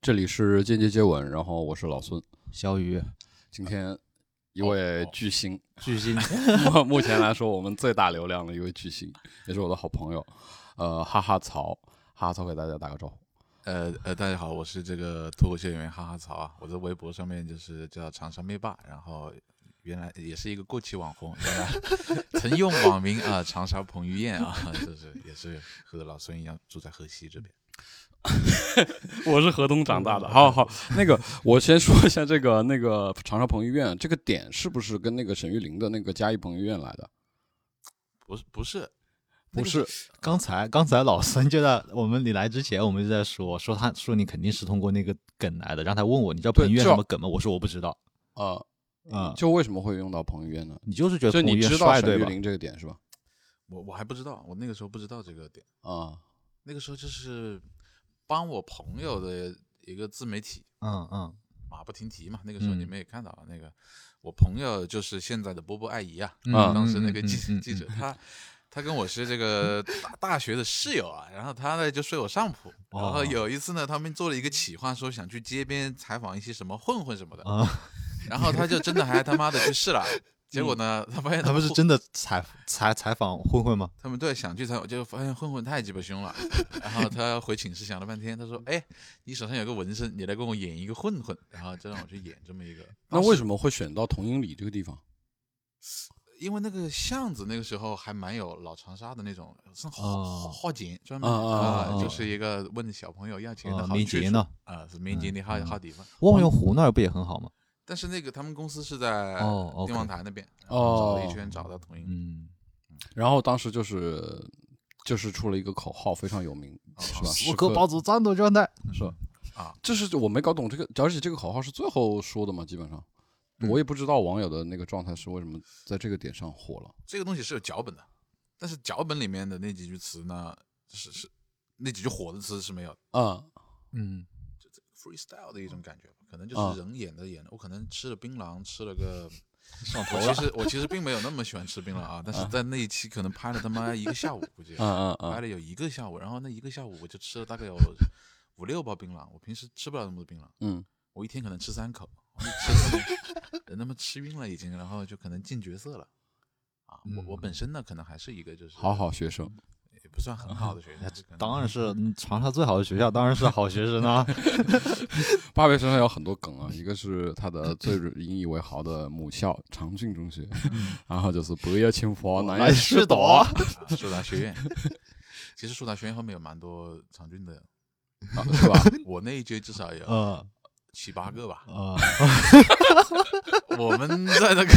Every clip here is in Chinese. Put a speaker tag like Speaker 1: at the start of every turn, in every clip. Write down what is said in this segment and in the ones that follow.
Speaker 1: 这里是间接接吻，然后我是老孙。
Speaker 2: 小雨，
Speaker 1: 今天一位巨星，
Speaker 2: 巨星，
Speaker 1: 目目前来说我们最大流量的一位巨星，也是我的好朋友，呃，哈哈曹，哈哈曹给大家打个招呼。
Speaker 3: 呃呃，大家好，我是这个脱口秀演员哈哈曹啊，我在微博上面就是叫长沙灭霸，然后原来也是一个过气网红，原 来曾用网名啊、长沙彭于晏啊， 就是也是和老孙一样住在河西这边。
Speaker 1: 我是河东长大的，嗯好好，那个我先说一下这个那个长沙彭于晏这个点是不是跟那个沈玉琳的那个嘉义彭于晏来的？
Speaker 3: 不是不是，
Speaker 1: 不是，
Speaker 2: 刚才刚才老孙就在我们你来之前，我们就在说说他说你肯定是通过那个梗来的，然后他问我你知道
Speaker 1: 对
Speaker 2: 彭于晏
Speaker 1: 这
Speaker 2: 什么梗吗？我说我不知道，
Speaker 1: 呃，
Speaker 2: 嗯，
Speaker 1: 就为什么会用到彭于晏呢？
Speaker 2: 你就是觉
Speaker 1: 就
Speaker 2: 得彭
Speaker 1: 你
Speaker 2: 于晏
Speaker 1: 知道
Speaker 2: 帅
Speaker 1: 沈
Speaker 2: 对
Speaker 1: 玉
Speaker 2: 吧？
Speaker 1: 琳这个点是吧？
Speaker 3: 我我还不知道，我那个时候不知道这个点，
Speaker 1: 啊、
Speaker 3: 那个时候就是帮我朋友的一个自媒体
Speaker 2: 嗯嗯，
Speaker 3: 马不停蹄嘛，那个时候
Speaker 2: 嗯
Speaker 3: 你们也看到了，那个我朋友就是现在的波波阿姨啊，
Speaker 2: 嗯
Speaker 3: 当时那个
Speaker 2: 嗯嗯
Speaker 3: 记
Speaker 2: 嗯嗯
Speaker 3: 记者她。她跟我是这个大大学的室友啊，然后她呢就睡我上铺，然后
Speaker 2: 哦
Speaker 3: 有一次呢，他们做了一个企划，说想去街边采访一些什么混混什么的，
Speaker 2: 啊，
Speaker 3: 然后她就真的还他妈的去试 了，结果呢，她发现
Speaker 2: 嗯他们是
Speaker 3: 混
Speaker 2: 真的采采采访混混吗？
Speaker 3: 他们对想去采访，结果发现混混太鸡巴凶了，然后他回寝室想了半天，他说：“哎，你手上有个纹身，你来跟我演一个混混。”然后就让我去演这么一个。
Speaker 1: 那为
Speaker 3: 么？
Speaker 1: 什么会选到同英里这个地方？
Speaker 3: 因为那个巷子那个时候还蛮有老长沙的那种，是
Speaker 2: 哦
Speaker 3: 花花景，专门
Speaker 1: 啊啊啊
Speaker 3: 啊
Speaker 2: 啊，
Speaker 3: 就是一个问小朋友要钱的
Speaker 2: 啊
Speaker 3: 好
Speaker 2: 民
Speaker 3: 去
Speaker 2: 间
Speaker 3: 处
Speaker 2: 呢
Speaker 3: 啊，是民间的好
Speaker 2: 嗯
Speaker 3: 好地方。
Speaker 2: 望月湖那儿不也很好吗？
Speaker 3: 但是那个他们公司是在
Speaker 2: 哦，OK
Speaker 3: 电望台那边，然
Speaker 1: 哦
Speaker 3: 后找了一圈找到同音，
Speaker 2: 嗯，
Speaker 1: 然后当时就是就是出了一个口号，非常有名，是吧？时
Speaker 2: 我
Speaker 1: 刻
Speaker 2: 哥哦包子战斗状态，
Speaker 1: 是吧
Speaker 3: 啊，
Speaker 1: 这是我没搞懂这个，而且这个口号是最后说的嘛，基本上。
Speaker 2: 嗯
Speaker 1: 我也不知道网友的那个状态是为什么在这个点上火了。
Speaker 3: 这个东西是有脚本的，但是脚本里面的那几句词呢，是是那几句火的词是没有的
Speaker 1: 啊、
Speaker 2: 嗯
Speaker 3: freestyle 的一种感觉吧，可能
Speaker 1: 啊
Speaker 3: 就是人演的演的。我可能吃了槟榔，吃了个
Speaker 2: 上头
Speaker 3: 我
Speaker 2: 了
Speaker 3: 其实我其实并没有那么喜欢吃槟榔啊，但是在那一期可能拍了他妈一个下午，估计
Speaker 1: 嗯嗯嗯
Speaker 3: 拍了有一个下午，然后那一个下午我就吃了大概有五六包槟榔，我平时吃不了那么多槟榔，
Speaker 1: 嗯，
Speaker 3: 我一天可能吃三口，我就吃他妈人他妈吃晕了已经，然后就可能进角色了。啊，我我本身呢，可能还是一个就是
Speaker 1: 好好学生，
Speaker 3: 也不算很好的学生，可能
Speaker 2: 当然是嗯长沙最好的学校，当然是好学生啊。
Speaker 1: 八位身上有很多梗啊，一个是他的最引以为豪的母校长郡中学，
Speaker 2: 嗯
Speaker 1: 然后就是不夜清佛南
Speaker 2: 来
Speaker 1: 夜
Speaker 2: 世
Speaker 1: 世
Speaker 2: 朵
Speaker 1: 朵，
Speaker 3: 啊 树达学院。其实树达学院后面有蛮多长郡的，
Speaker 1: 啊是吧？
Speaker 3: 我那一届至少有
Speaker 2: 嗯
Speaker 3: 七八个吧。
Speaker 2: 嗯，
Speaker 3: 我们在那个，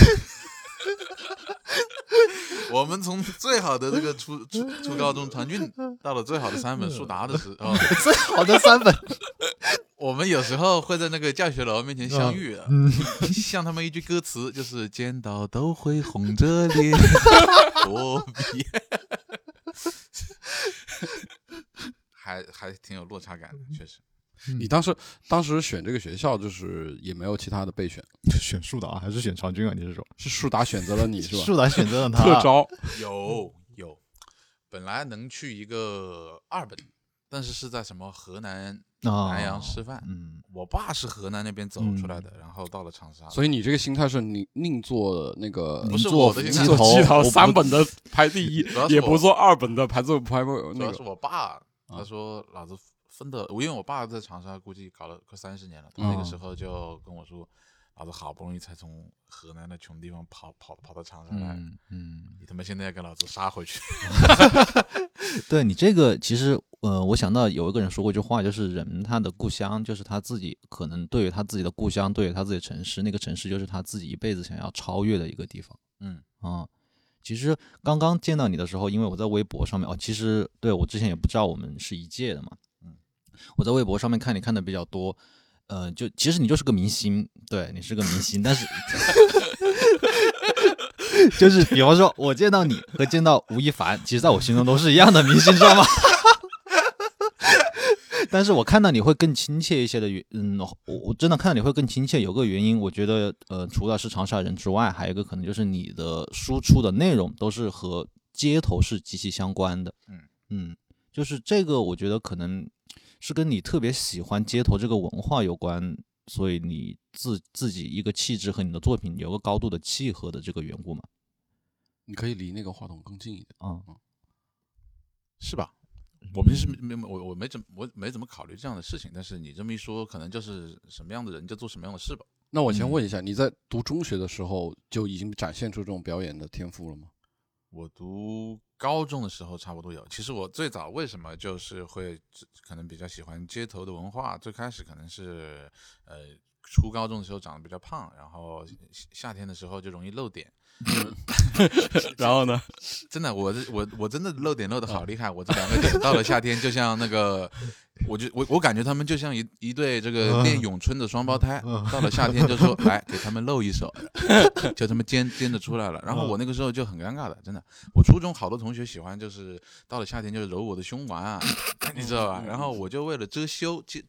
Speaker 3: 我们从最好的这个初初初高中长郡，到了最好的三本树达的啊时候，
Speaker 2: 最好的三本，
Speaker 3: 我们有时候会在那个教学楼面前相遇的。 像他们一句歌词就是“见到都会红着脸”，我比还还挺有落差感的，确实。
Speaker 1: 你当时当时选这个学校，就是也没有其他的备选，
Speaker 2: 选树的啊，还是选长军啊？你是说
Speaker 1: 是树达选择了你是吧？
Speaker 2: 树达选择了他？
Speaker 1: 特招，
Speaker 3: 有有，本来能去一个二本，但是是在什么河南
Speaker 2: 啊，
Speaker 1: 哎
Speaker 3: 南阳师范。
Speaker 2: 嗯，
Speaker 3: 我爸是河南那边走出来的，然后到了长沙。
Speaker 1: 所以你这个心态是宁宁做那个
Speaker 3: 啊不是
Speaker 2: 做
Speaker 3: 我的
Speaker 2: 鸡
Speaker 3: 心
Speaker 1: 宁
Speaker 3: 态
Speaker 1: 做
Speaker 2: 头
Speaker 1: 鸡头
Speaker 2: 我不
Speaker 1: 三本的排第一
Speaker 3: 主要，是
Speaker 1: 也
Speaker 3: 我
Speaker 1: 不做二本的排做排不
Speaker 3: 主
Speaker 1: 那个嗯
Speaker 3: 要
Speaker 1: 啊
Speaker 3: 是我爸，他说老子分的，因为我爸在长沙估计搞了快三十年了，他
Speaker 1: 嗯
Speaker 3: 那个时候就跟我说，老子好不容易才从河南的穷地方跑跑跑到
Speaker 1: 哎
Speaker 3: 长沙来，
Speaker 2: 嗯嗯，
Speaker 3: 你他妈现在要给老子杀回 去，
Speaker 2: 对你这个，其实，呃，我想到有一个人说过一句话，就是人他的故乡就是他自己，可能对于他自己的故乡，对于他自己的城市，那个城市就是他自己一辈子想要超越的一个地方。
Speaker 3: 嗯
Speaker 2: 啊、其实刚刚见到你的时候，因为我在微博上面，哦，其实对我之前也不知道我们是一届的嘛，
Speaker 3: 嗯，
Speaker 2: 我在微博上面看你看的比较多。呃，就其实你就是个明星，对你是个明星，但是就是比方说，我见到你和见到吴亦凡，其实在我心中都是一样的明星，知道吗？ 但是我看到你会更亲切一些的原，嗯，我我真的看到你会更亲切，有个原因，我觉得，呃，除了是长沙人之外，还有一个可能就是你的输出的内容都是和街头是极其相关的，
Speaker 3: 嗯
Speaker 2: 就是这个，我觉得可能是跟你特别喜欢街头这个文化有关，所以你自自己一个气质和你的作品有个高度的契合的这个缘故嘛？
Speaker 1: 你可以离那个话筒更近一点。
Speaker 2: 啊、
Speaker 3: 是吧？我平时没没我我没怎么我没怎么考虑这样的事情，但是你这么一说，可能就是什么样的人就做什么样的事吧。
Speaker 1: 那我先
Speaker 2: 嗯
Speaker 1: 问一下，你在读中学的时候就已经展现出这种表演的天赋了吗？
Speaker 3: 我读高中的时候差不多有。其实我最早为什么就是会可能比较喜欢街头的文化，最开始可能是呃初高中的时候长得比较胖，然后夏夏天的时候就容易露点。
Speaker 1: 然后呢？
Speaker 3: 真的，我这我我真的露点露的好厉害，我这两个点到了夏天就像那个，我就我我感觉他们就像一一对这个练咏春的双胞胎，到了夏天就说来给他们露一手， 就这么尖尖的出来了。然后我那个时候就很尴尬的，真的，我初中好多同学喜欢就是到了夏天就揉我的胸丸啊，你知道吧？然后我就为了遮羞，就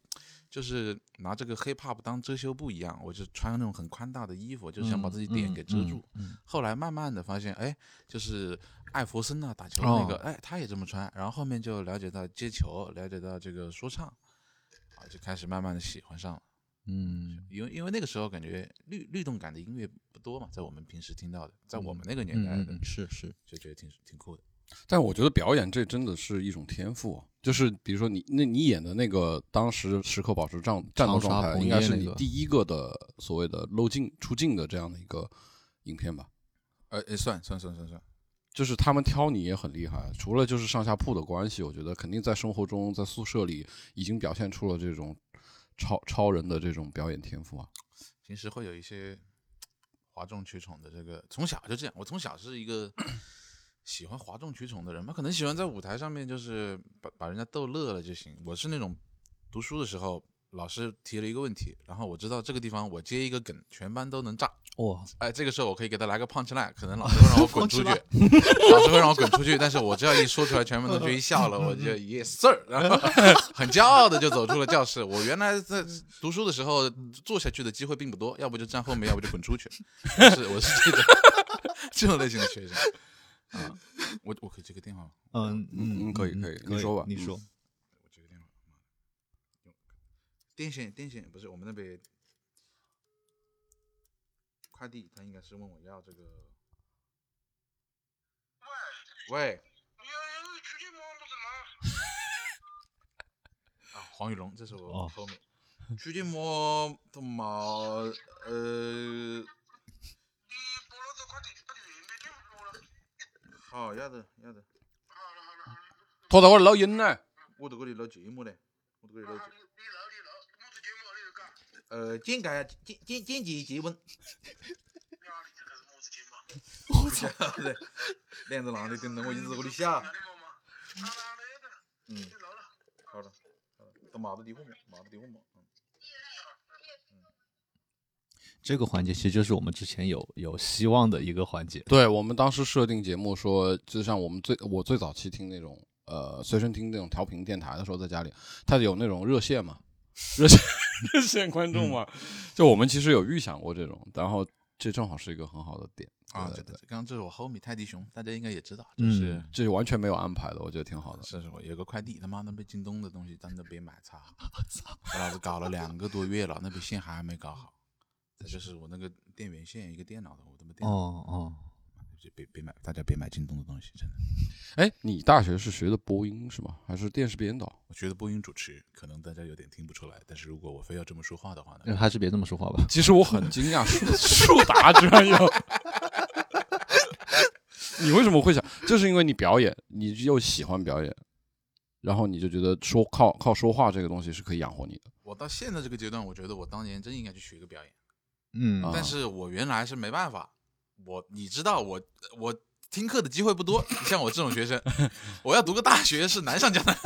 Speaker 3: 就是拿这个 hip hop 当遮羞布一样，我就穿那种很宽大的衣服，就是想把自己点给遮住。后来慢慢的发现，哎，就是艾弗森呐、打球的那个，
Speaker 2: 哦
Speaker 3: 哎，他也这么穿。然后后面就了解到接球，了解到这个说唱，啊，就开始慢慢的喜欢上了。
Speaker 2: 嗯
Speaker 3: 因为因为那个时候感觉律律动感的音乐不多嘛，在我们平时听到的，在我们那个年代
Speaker 2: 嗯
Speaker 3: 的，
Speaker 2: 嗯，是是，
Speaker 3: 就觉得挺挺酷的。
Speaker 1: 但我觉得表演这真的是一种天赋，啊就是比如说你那你演的那个当时时刻保持战战斗状
Speaker 2: 长沙
Speaker 1: 态，
Speaker 2: 彭
Speaker 1: 应该
Speaker 2: 于晏
Speaker 1: 是
Speaker 2: 那
Speaker 1: 你
Speaker 2: 个
Speaker 1: 第一个的所谓的搂镜出镜的这样的一个影片吧。
Speaker 3: 呃，呃算算算算算，
Speaker 1: 就是他们挑你也很厉害，除了就是上下铺的关系，我觉得肯定在生活中在宿舍里已经表现出了这种超超人的这种表演天赋啊。
Speaker 3: 平时会有一些哗众取宠的这个，从小就这样。我从小是一个喜欢哗众取宠的人嘛，可能喜欢在舞台上面就是把把人家逗乐了就行。我是那种读书的时候，老师提了一个问题，然后我知道这个地方我接一个梗，全班都能炸。
Speaker 2: 哇，
Speaker 3: 哎，这个时候我可以给他来个 punch line，可能老师会让我滚出去，老师会让我滚出去，但是我只要一说出来，全班同学一笑了，我就 yes sir，然后很骄傲的就走出了教室。我原来在读书的时候坐下去的机会并不多，要不就站后面，要不就滚出去。我是我是这种 这种类型的学生。啊，我我可以接个电话吗？
Speaker 2: 嗯
Speaker 1: 嗯嗯可以可以你说吧
Speaker 2: 你
Speaker 1: 嗯
Speaker 2: 说，
Speaker 3: 我接个电话，妈的，电线电线不是我们那边快递，他应该是问我要这个。喂，
Speaker 4: 你要出去忙不是 忙？
Speaker 3: 啊，黄宇龙，这是我
Speaker 2: 哦
Speaker 3: 后面。出去摸他妈呃，
Speaker 4: 你拨了这快点，快点，别听不了。
Speaker 3: 好要得要得，
Speaker 4: 好了好了好了，
Speaker 1: 拖到我老音呢，
Speaker 3: 我都给你录节目嘞，我都给你录节目。
Speaker 4: 你老你老，我直接摸你就干。
Speaker 3: 呃，剪改剪剪剪辑结婚，
Speaker 4: 娘的，这个是我自己摸。
Speaker 3: 对， 两只狼的等等我一直给你下。
Speaker 4: 你摸吗？俺俺
Speaker 3: 嗯，
Speaker 4: 那个，你
Speaker 3: 好
Speaker 4: 老了。
Speaker 3: 了，好了，都马到地方嘛，马到地方嘛。嗯
Speaker 2: 这个环节其实就是我们之前有有希望的一个环节，
Speaker 1: 对我们当时设定节目说，就像我们最我最早期听那种呃随身听那种调频电台的时候，在家里，它有那种热线嘛，热线 热线观众嘛， 就我们其实有预想过这种，然后这正好是一个很好的点
Speaker 3: 啊，
Speaker 1: 对
Speaker 3: 这
Speaker 1: 对对，
Speaker 3: 刚刚这是我 homie 泰迪熊，大家应该也知道，就
Speaker 2: 嗯
Speaker 3: 是
Speaker 1: 这是完全没有安排的，我觉得挺好的。
Speaker 3: 是是，我有个快递，他妈那被京东的东西真的别 买，操！我老子搞了两个多月了，那笔线还没 搞好，这就是我那个电源线一个电脑的，我他妈电
Speaker 2: 哦
Speaker 3: 脑
Speaker 2: 哦，
Speaker 3: 就别别买，大家别买京东的东西，真的。
Speaker 1: 哎，你大学是学的播音是吗？还是电视编导？
Speaker 3: 我觉得播音主持可能大家有点听不出来，但是如果我非要这么说话的
Speaker 1: 嗯
Speaker 3: 话
Speaker 2: 那
Speaker 3: 呢，
Speaker 2: 呃还是别这么说话 吧。
Speaker 1: 其实我很惊讶，树树 达居然有。你为什么会想？就是因为你表演，你又喜欢表演，然后你就觉得说靠靠说话这个东西是可以养活你的。
Speaker 3: 我到现在这个阶段，我觉得我当年真应该去学一个表演。
Speaker 2: 嗯
Speaker 1: 啊
Speaker 3: 但是我原来是没办法，我你知道我我听课的机会不多，像我这种学生，我要读个大学是难上加难。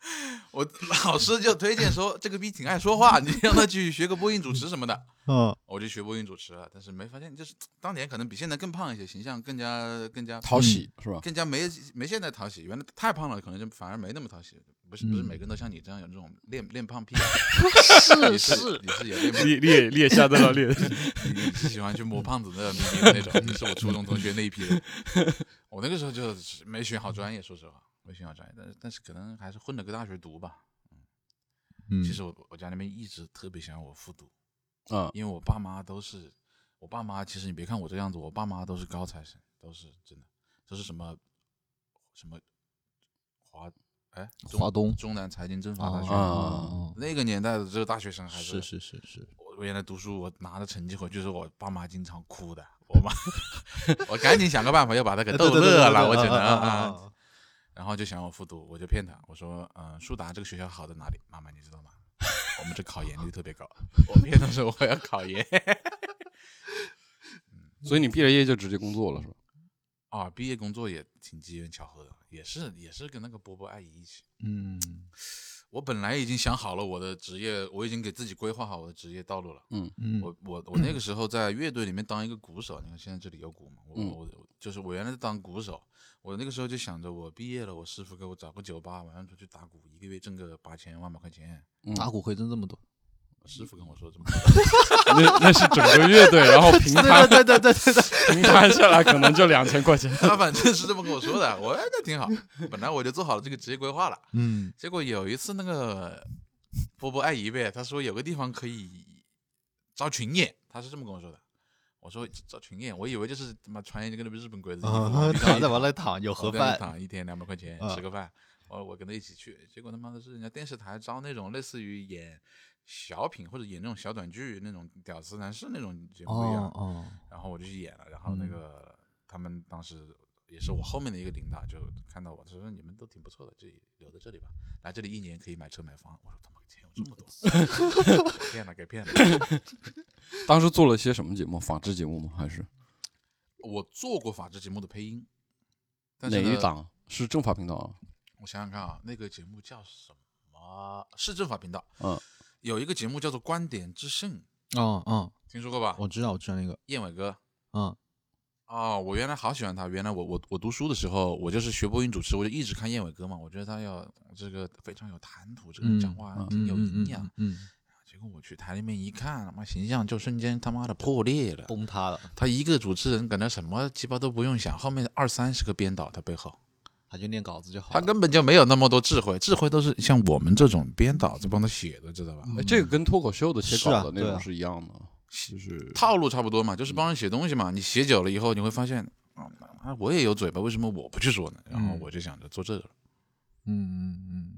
Speaker 3: 我老师就推荐说这个逼挺爱说话，你让他去学个播音主持什么的，
Speaker 2: 嗯
Speaker 3: 我就学播音主持了。但是没发现，就是当年可能比现在更胖一些，形象更加更加
Speaker 1: 讨喜、嗯是吧？
Speaker 3: 更加没没现在讨喜，原来太胖了，可能就反而没那么讨喜。不是不是每个人都像你这样有这种练练胖癖，是是你是有练胖癖
Speaker 1: 列列列下在那列，
Speaker 3: 你是喜欢去摸胖子的迷弟的那种，你是我初中同学那一批人。我那个时候就是没选好专业，说实话，没选好专业，但是但是可能还是混了个大学读吧。
Speaker 2: 嗯，
Speaker 3: 其实我我家那边一直特别想让我复读，
Speaker 1: 啊
Speaker 3: 因为我爸妈都是，我爸妈其实你别看我这样子，我爸妈都是高材生，都是真的，都是什么什么华哎中
Speaker 2: 华东
Speaker 3: 中南财经政法大学、
Speaker 1: 啊
Speaker 3: 那个年代的这个大学嗯生还
Speaker 2: 是哦是是是，
Speaker 3: 我我原来读书，我拿着成绩回去，是我爸妈经常哭的。我妈， 我赶紧想个办法要把 他给逗乐了，我只能啊。然后就想让我复读，我就骗他，我说，嗯、树达这个学校好在哪里？妈妈你知道吗？我们这考研率特别高。我骗他说我要考研
Speaker 1: 所以你毕了业就直接工作 了是吧？
Speaker 3: 啊，毕业工作也挺机缘巧合的，也是也是跟那个波波阿姨一起。
Speaker 2: 嗯，
Speaker 3: 我本来已经想好了我的职业，我已经给自己规划好我的职业道路了。
Speaker 2: 嗯
Speaker 3: 我我我那个时候在乐队里面当一个鼓手，你看现在这里有鼓嘛，我
Speaker 1: 嗯
Speaker 3: 我我就是我原来是当鼓手，我那个时候就想着我毕业了，我师傅给我找个酒吧，晚上出去打鼓，一个月挣个八千万把块钱。
Speaker 1: 嗯
Speaker 2: 打鼓可以挣这么多，
Speaker 3: 我师傅跟我说这么
Speaker 1: 那那是整个乐队，然后平摊
Speaker 2: 对对对对对，
Speaker 1: 平摊下来可能就两千块钱。
Speaker 3: 他反正是这么跟我说的，我哎那挺好，本来我就做好了这个职业规划了，
Speaker 2: 嗯
Speaker 3: 结果有一次那个波波阿姨呗，她说有个地方可以招群演，她是这么跟我说的。我说招群演，我以为就是他妈穿一个那个日本鬼子衣服，
Speaker 2: 啊，
Speaker 3: 往地上
Speaker 2: 躺
Speaker 3: 一
Speaker 2: 在
Speaker 3: 躺
Speaker 2: 往那 躺有哦盒
Speaker 3: 我跟他
Speaker 2: 饭，
Speaker 3: 躺一天两百块钱
Speaker 2: 啊
Speaker 3: 吃个饭，我我跟他一起去，结果他妈的是人家电视台招那种类似于演小品或者演那种小短剧那种屌丝男士那种节目一样，
Speaker 2: 哦哦，
Speaker 3: 然后我就去演了，然后那
Speaker 1: 嗯
Speaker 3: 个、他们当时也是我后面的一个领导就看到我，他说你们都挺不错的，就留在这里吧，来这里一年可以买车买房，我说他妈钱有这 么多，给骗了给骗了，
Speaker 1: 当时做了些什么节目？纺织节目吗？还是
Speaker 3: 我做过法制节目的配音，但
Speaker 1: 哪
Speaker 3: 是呢
Speaker 1: 一档？是政法频道啊？
Speaker 3: 我想想看啊，那个节目叫什么？市政法频道。
Speaker 1: 嗯，
Speaker 3: 有一个节目叫做《观点之胜》，
Speaker 2: 哦哦，
Speaker 3: 听说过吧？
Speaker 2: 我知道我知道那个，
Speaker 3: 燕尾哥。
Speaker 2: 嗯
Speaker 3: 哦，我原来好喜欢他。原来我我我读书的时候，我就是学播音主持，我就一直看燕尾哥嘛。我觉得他要这个非常有谈吐，这个人
Speaker 2: 嗯
Speaker 3: 讲话
Speaker 1: 嗯
Speaker 3: 挺有营
Speaker 2: 嗯
Speaker 3: 养。
Speaker 2: 嗯嗯，
Speaker 3: 结果我去台里面一看，他妈形象就瞬间他妈的破裂了。
Speaker 2: 崩塌了，
Speaker 3: 他一个主持人搁那什么鸡巴都不用想，后面二三十个编导他背后。
Speaker 2: 他就念稿子就好
Speaker 3: 他
Speaker 2: 了，
Speaker 3: 根本就没有那么多智慧，智慧都是像我们这种编导在帮他写的，知道吧？
Speaker 1: 哎，这个跟脱口秀的写
Speaker 2: 是
Speaker 1: 稿
Speaker 2: 啊
Speaker 1: 的那
Speaker 2: 对啊
Speaker 1: 种是一样的，就是
Speaker 3: 套路差不多嘛，就是帮人写东西嘛。你写久了以后，你会发现，啊，妈我也有嘴巴，为什么我不去说呢？然后
Speaker 2: 嗯
Speaker 3: 我就想着做这个了。
Speaker 2: 嗯嗯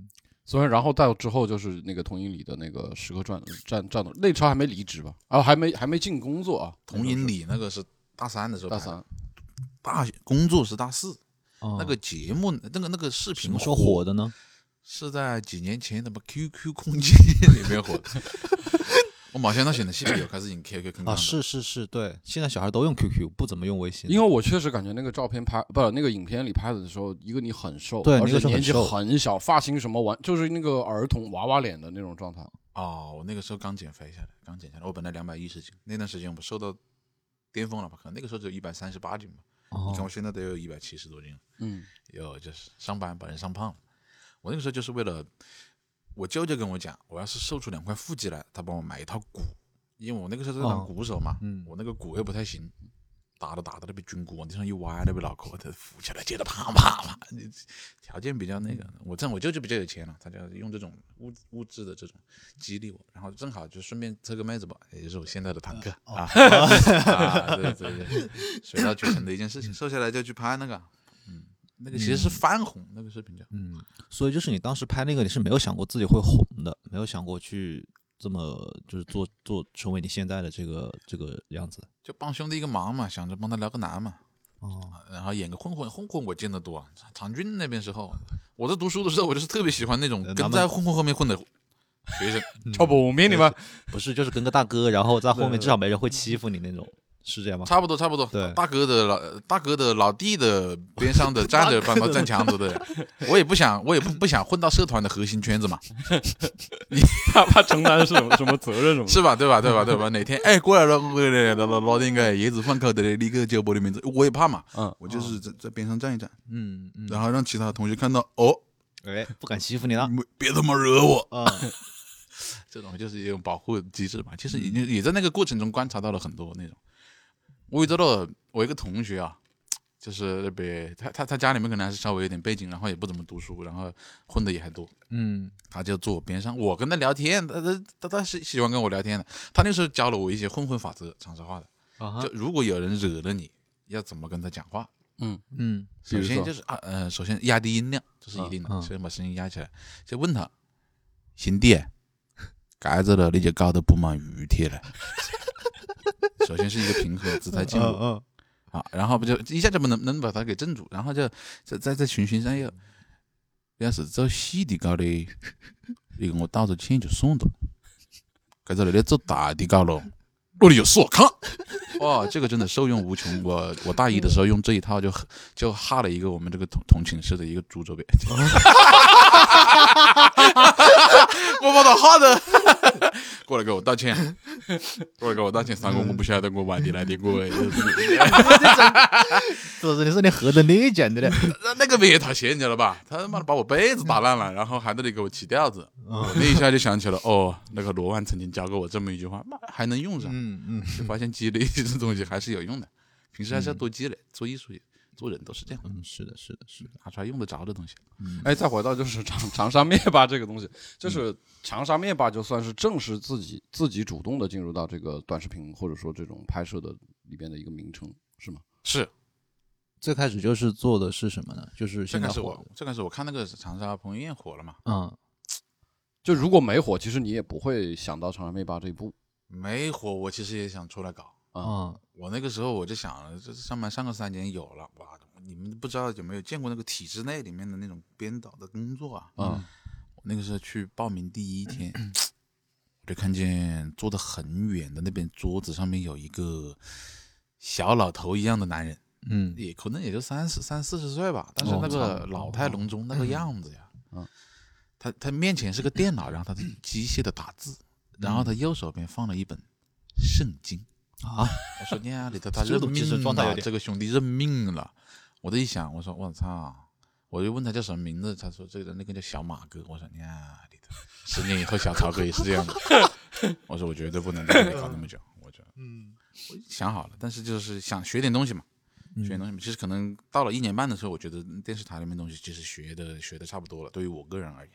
Speaker 2: 嗯，
Speaker 1: 所以，然后到之后就是那个童英里的那个时刻战战战斗，那时候还没离职吧？啊，还没还没进工作啊。
Speaker 3: 童银里那个是大三的时候
Speaker 1: 大
Speaker 3: 拍的，
Speaker 1: 三，
Speaker 3: 大学工作是大四，
Speaker 2: 哦
Speaker 3: 那个节目那个那个视
Speaker 2: 什
Speaker 3: 频
Speaker 2: 么时候火的呢？
Speaker 3: 是在几年前的么 QQ 空间里面火的。 我马上到现在西北有开始引 QQ 空间
Speaker 2: 啊，
Speaker 3: 了
Speaker 2: 是是是，对，现在小孩都用 QQ，不怎么用微信，
Speaker 1: 因为我确实感觉那个照片拍不那个影片里拍的时候，一个你很瘦，
Speaker 2: 对
Speaker 1: 而
Speaker 2: 那个
Speaker 1: 且
Speaker 2: 时候
Speaker 1: 年
Speaker 2: 很
Speaker 1: 纪
Speaker 2: 瘦
Speaker 1: 很小，发型什么完就是那个儿童娃娃脸的那种状态。
Speaker 3: 哦，我那个时候刚减肥下来，刚减下来，我本来两百一十斤，那段时间我瘦到巅峰了吧？可能那个时候只有一百三十八斤吧。你看
Speaker 2: 哦
Speaker 3: 我现在得有一百七十多斤了，
Speaker 1: 嗯
Speaker 3: 有就是上班把人上胖了。我那个时候就是为了，我舅舅跟我讲，我要是瘦出两块腹肌来，他帮我买一套鼓，因为我那个时候在当
Speaker 2: 哦
Speaker 3: 鼓手嘛，
Speaker 2: 嗯
Speaker 3: 我那个鼓又不太行，打着打着那被军鼓往地上一歪，那被脑壳它扶起来，接着啪啪啪，你条件比较那个，
Speaker 2: 嗯
Speaker 3: 我这样我舅舅比较有钱了，他就用这种物物质的这种激励我，然后正好就顺便抽个妹子吧，也就是我现在的堂哥
Speaker 2: 呃哦
Speaker 3: 啊，啊 对对对，水到渠成的一件事 情，瘦下来就去拍那个，嗯，那个其实是翻红那个视频叫，
Speaker 2: 嗯，所以就是你当时拍那个，你是没有想过自己会红的，没有想过去这么就是做做成为你现在的这个这个样子。
Speaker 3: 就帮兄弟一个忙嘛，想着帮他聊个难嘛，
Speaker 2: 哦，
Speaker 3: 然后演个混混，混混我见得多。唐军那边时候，我在读书的时候，我就是特别喜欢那种
Speaker 2: 呃
Speaker 3: 跟
Speaker 2: 咱
Speaker 3: 在
Speaker 2: 们
Speaker 3: 混混后面混的学 生。
Speaker 1: 超不，我明你 们。
Speaker 2: 不是，嗯就是跟个大哥，然后在后
Speaker 3: 对
Speaker 2: 面至少没人会欺负你那种，是这样吗？
Speaker 3: 差不多，差不多。
Speaker 2: 对
Speaker 3: 大哥的老大哥的老弟的边上 的站着帮他站墙头的，我也不想，我也不不想混到社团的核心圈子嘛，
Speaker 2: 嗯
Speaker 1: 他他承担什么什么责任什么的？
Speaker 3: 是吧？对吧？对吧？对 吧？哪天哎过来了，过来了，老老那个椰子饭口的那个酒吧的名字，我也怕嘛，
Speaker 1: 嗯，
Speaker 3: 我
Speaker 2: 哦
Speaker 3: 就是在在边上站一站，
Speaker 2: 嗯嗯，
Speaker 3: 然后让其他同学看到，哦，
Speaker 2: 哎，不敢欺负 你了
Speaker 3: 你。们别他妈惹我，
Speaker 2: 啊，
Speaker 3: 这种就是一种保护机制嘛。其实也也在那个过程中观察到了很多那种。我有知道，我一个同学啊，就是被他他他家里面可能还是稍微有点背景，然后也不怎么读书，然后混的也还多。
Speaker 2: 嗯
Speaker 3: 他就坐我边上，我跟他聊天，他他他他是喜欢跟我聊天的。他那时候教了我一些混混法则，长沙话的，
Speaker 2: 啊哈
Speaker 3: 就如果有人惹了你，要怎么跟他讲话。
Speaker 2: 嗯
Speaker 1: 比
Speaker 3: 首
Speaker 1: 如
Speaker 3: 先
Speaker 1: 说
Speaker 3: 就是啊，呃，首先压低音量，这是一定
Speaker 2: 嗯
Speaker 3: 的，先把声音压起来，先问他，兄弟，搿子了你就搞得不满雨天了。 首先是一个平和姿态进
Speaker 1: 哦
Speaker 3: 入，
Speaker 2: 嗯
Speaker 3: 啊，然后不就一下就不能能把他给镇住，然后就在在在循循善诱，要是做细的搞嘞，你跟我道个歉就算了，搿种你做大的搞咯，那你就试我看。哇，这个真的受用无穷。我我大一的时候用这一套就很就哈了一个我们这个同同寝室的一个猪周边，我把他哈的过来给我道歉，过来给我道歉，三哥我不晓得我外地来的我。
Speaker 2: 这是你 说你合着你讲的嘞，
Speaker 3: 那那个不也讨嫌你了吧？他他妈的把我被子打烂了，然后还在那里给我起调子，
Speaker 2: 嗯
Speaker 3: 我那一下就想起了，哦，那个罗万曾经教过我这么一句话，妈还能用上，
Speaker 2: 嗯嗯，
Speaker 3: 就发现积累这种东西还是有用的，平时还是要多积累，做艺术也做人都是这样，
Speaker 2: 嗯，是的，是的，是的，
Speaker 3: 拿出来用得着的东西。
Speaker 1: 哎，再回到就是长长沙灭霸这个东西，就是长沙灭霸就算是正式自己自己主动的进入到这个短视频或者说这种拍摄的里边的一个名称，是吗？
Speaker 3: 是，
Speaker 2: 最开始就是做的是什么呢？就是
Speaker 3: 最
Speaker 2: 现在
Speaker 3: 开始
Speaker 2: 火
Speaker 3: 我最开始我看那个长沙彭于晏火了嘛，
Speaker 2: 嗯
Speaker 1: 就如果没火，其实你也不会想到长沙灭霸这一步
Speaker 3: 没火我其实也想出来搞，
Speaker 2: 嗯
Speaker 3: 我那个时候我就想，这上班上个三年有了，哇，你们不知道有没有见过那个体制内里面的那种编导的工作啊？
Speaker 1: 啊，
Speaker 3: 我那个时候去报名第一天， 我就看见坐得很远的那边桌子上面有一个小老头一样的男人，
Speaker 2: 嗯
Speaker 3: 也可能也就三十三四十岁吧，但是
Speaker 2: 哦
Speaker 3: 那
Speaker 2: 差
Speaker 3: 个
Speaker 2: 不多
Speaker 3: 老态龙钟那个样子呀，
Speaker 1: 嗯
Speaker 3: 他他面前是个电脑，然后他是机械的打字，然后他右手边放了一本圣经。
Speaker 2: 啊，
Speaker 3: 我说哎呀，你的他
Speaker 2: 这
Speaker 3: 认
Speaker 2: 种精神
Speaker 3: 命
Speaker 2: 状态有
Speaker 3: 了，
Speaker 2: 点
Speaker 3: 这个兄弟认命了。我这一想，我说我操，我就问他叫什么名字，他说这个人那个叫小马哥。我说呀，你的十年以后小曹哥也是这样 的。我说我绝对不能在这里搞那么久，我就
Speaker 2: 嗯
Speaker 3: 我想好了，但是就是想学点东西嘛，
Speaker 2: 嗯
Speaker 3: 学点东西嘛。其实可能到了一年半的时候，我觉得电视台里面东西其实学的学的差不多了，对于我个人而言。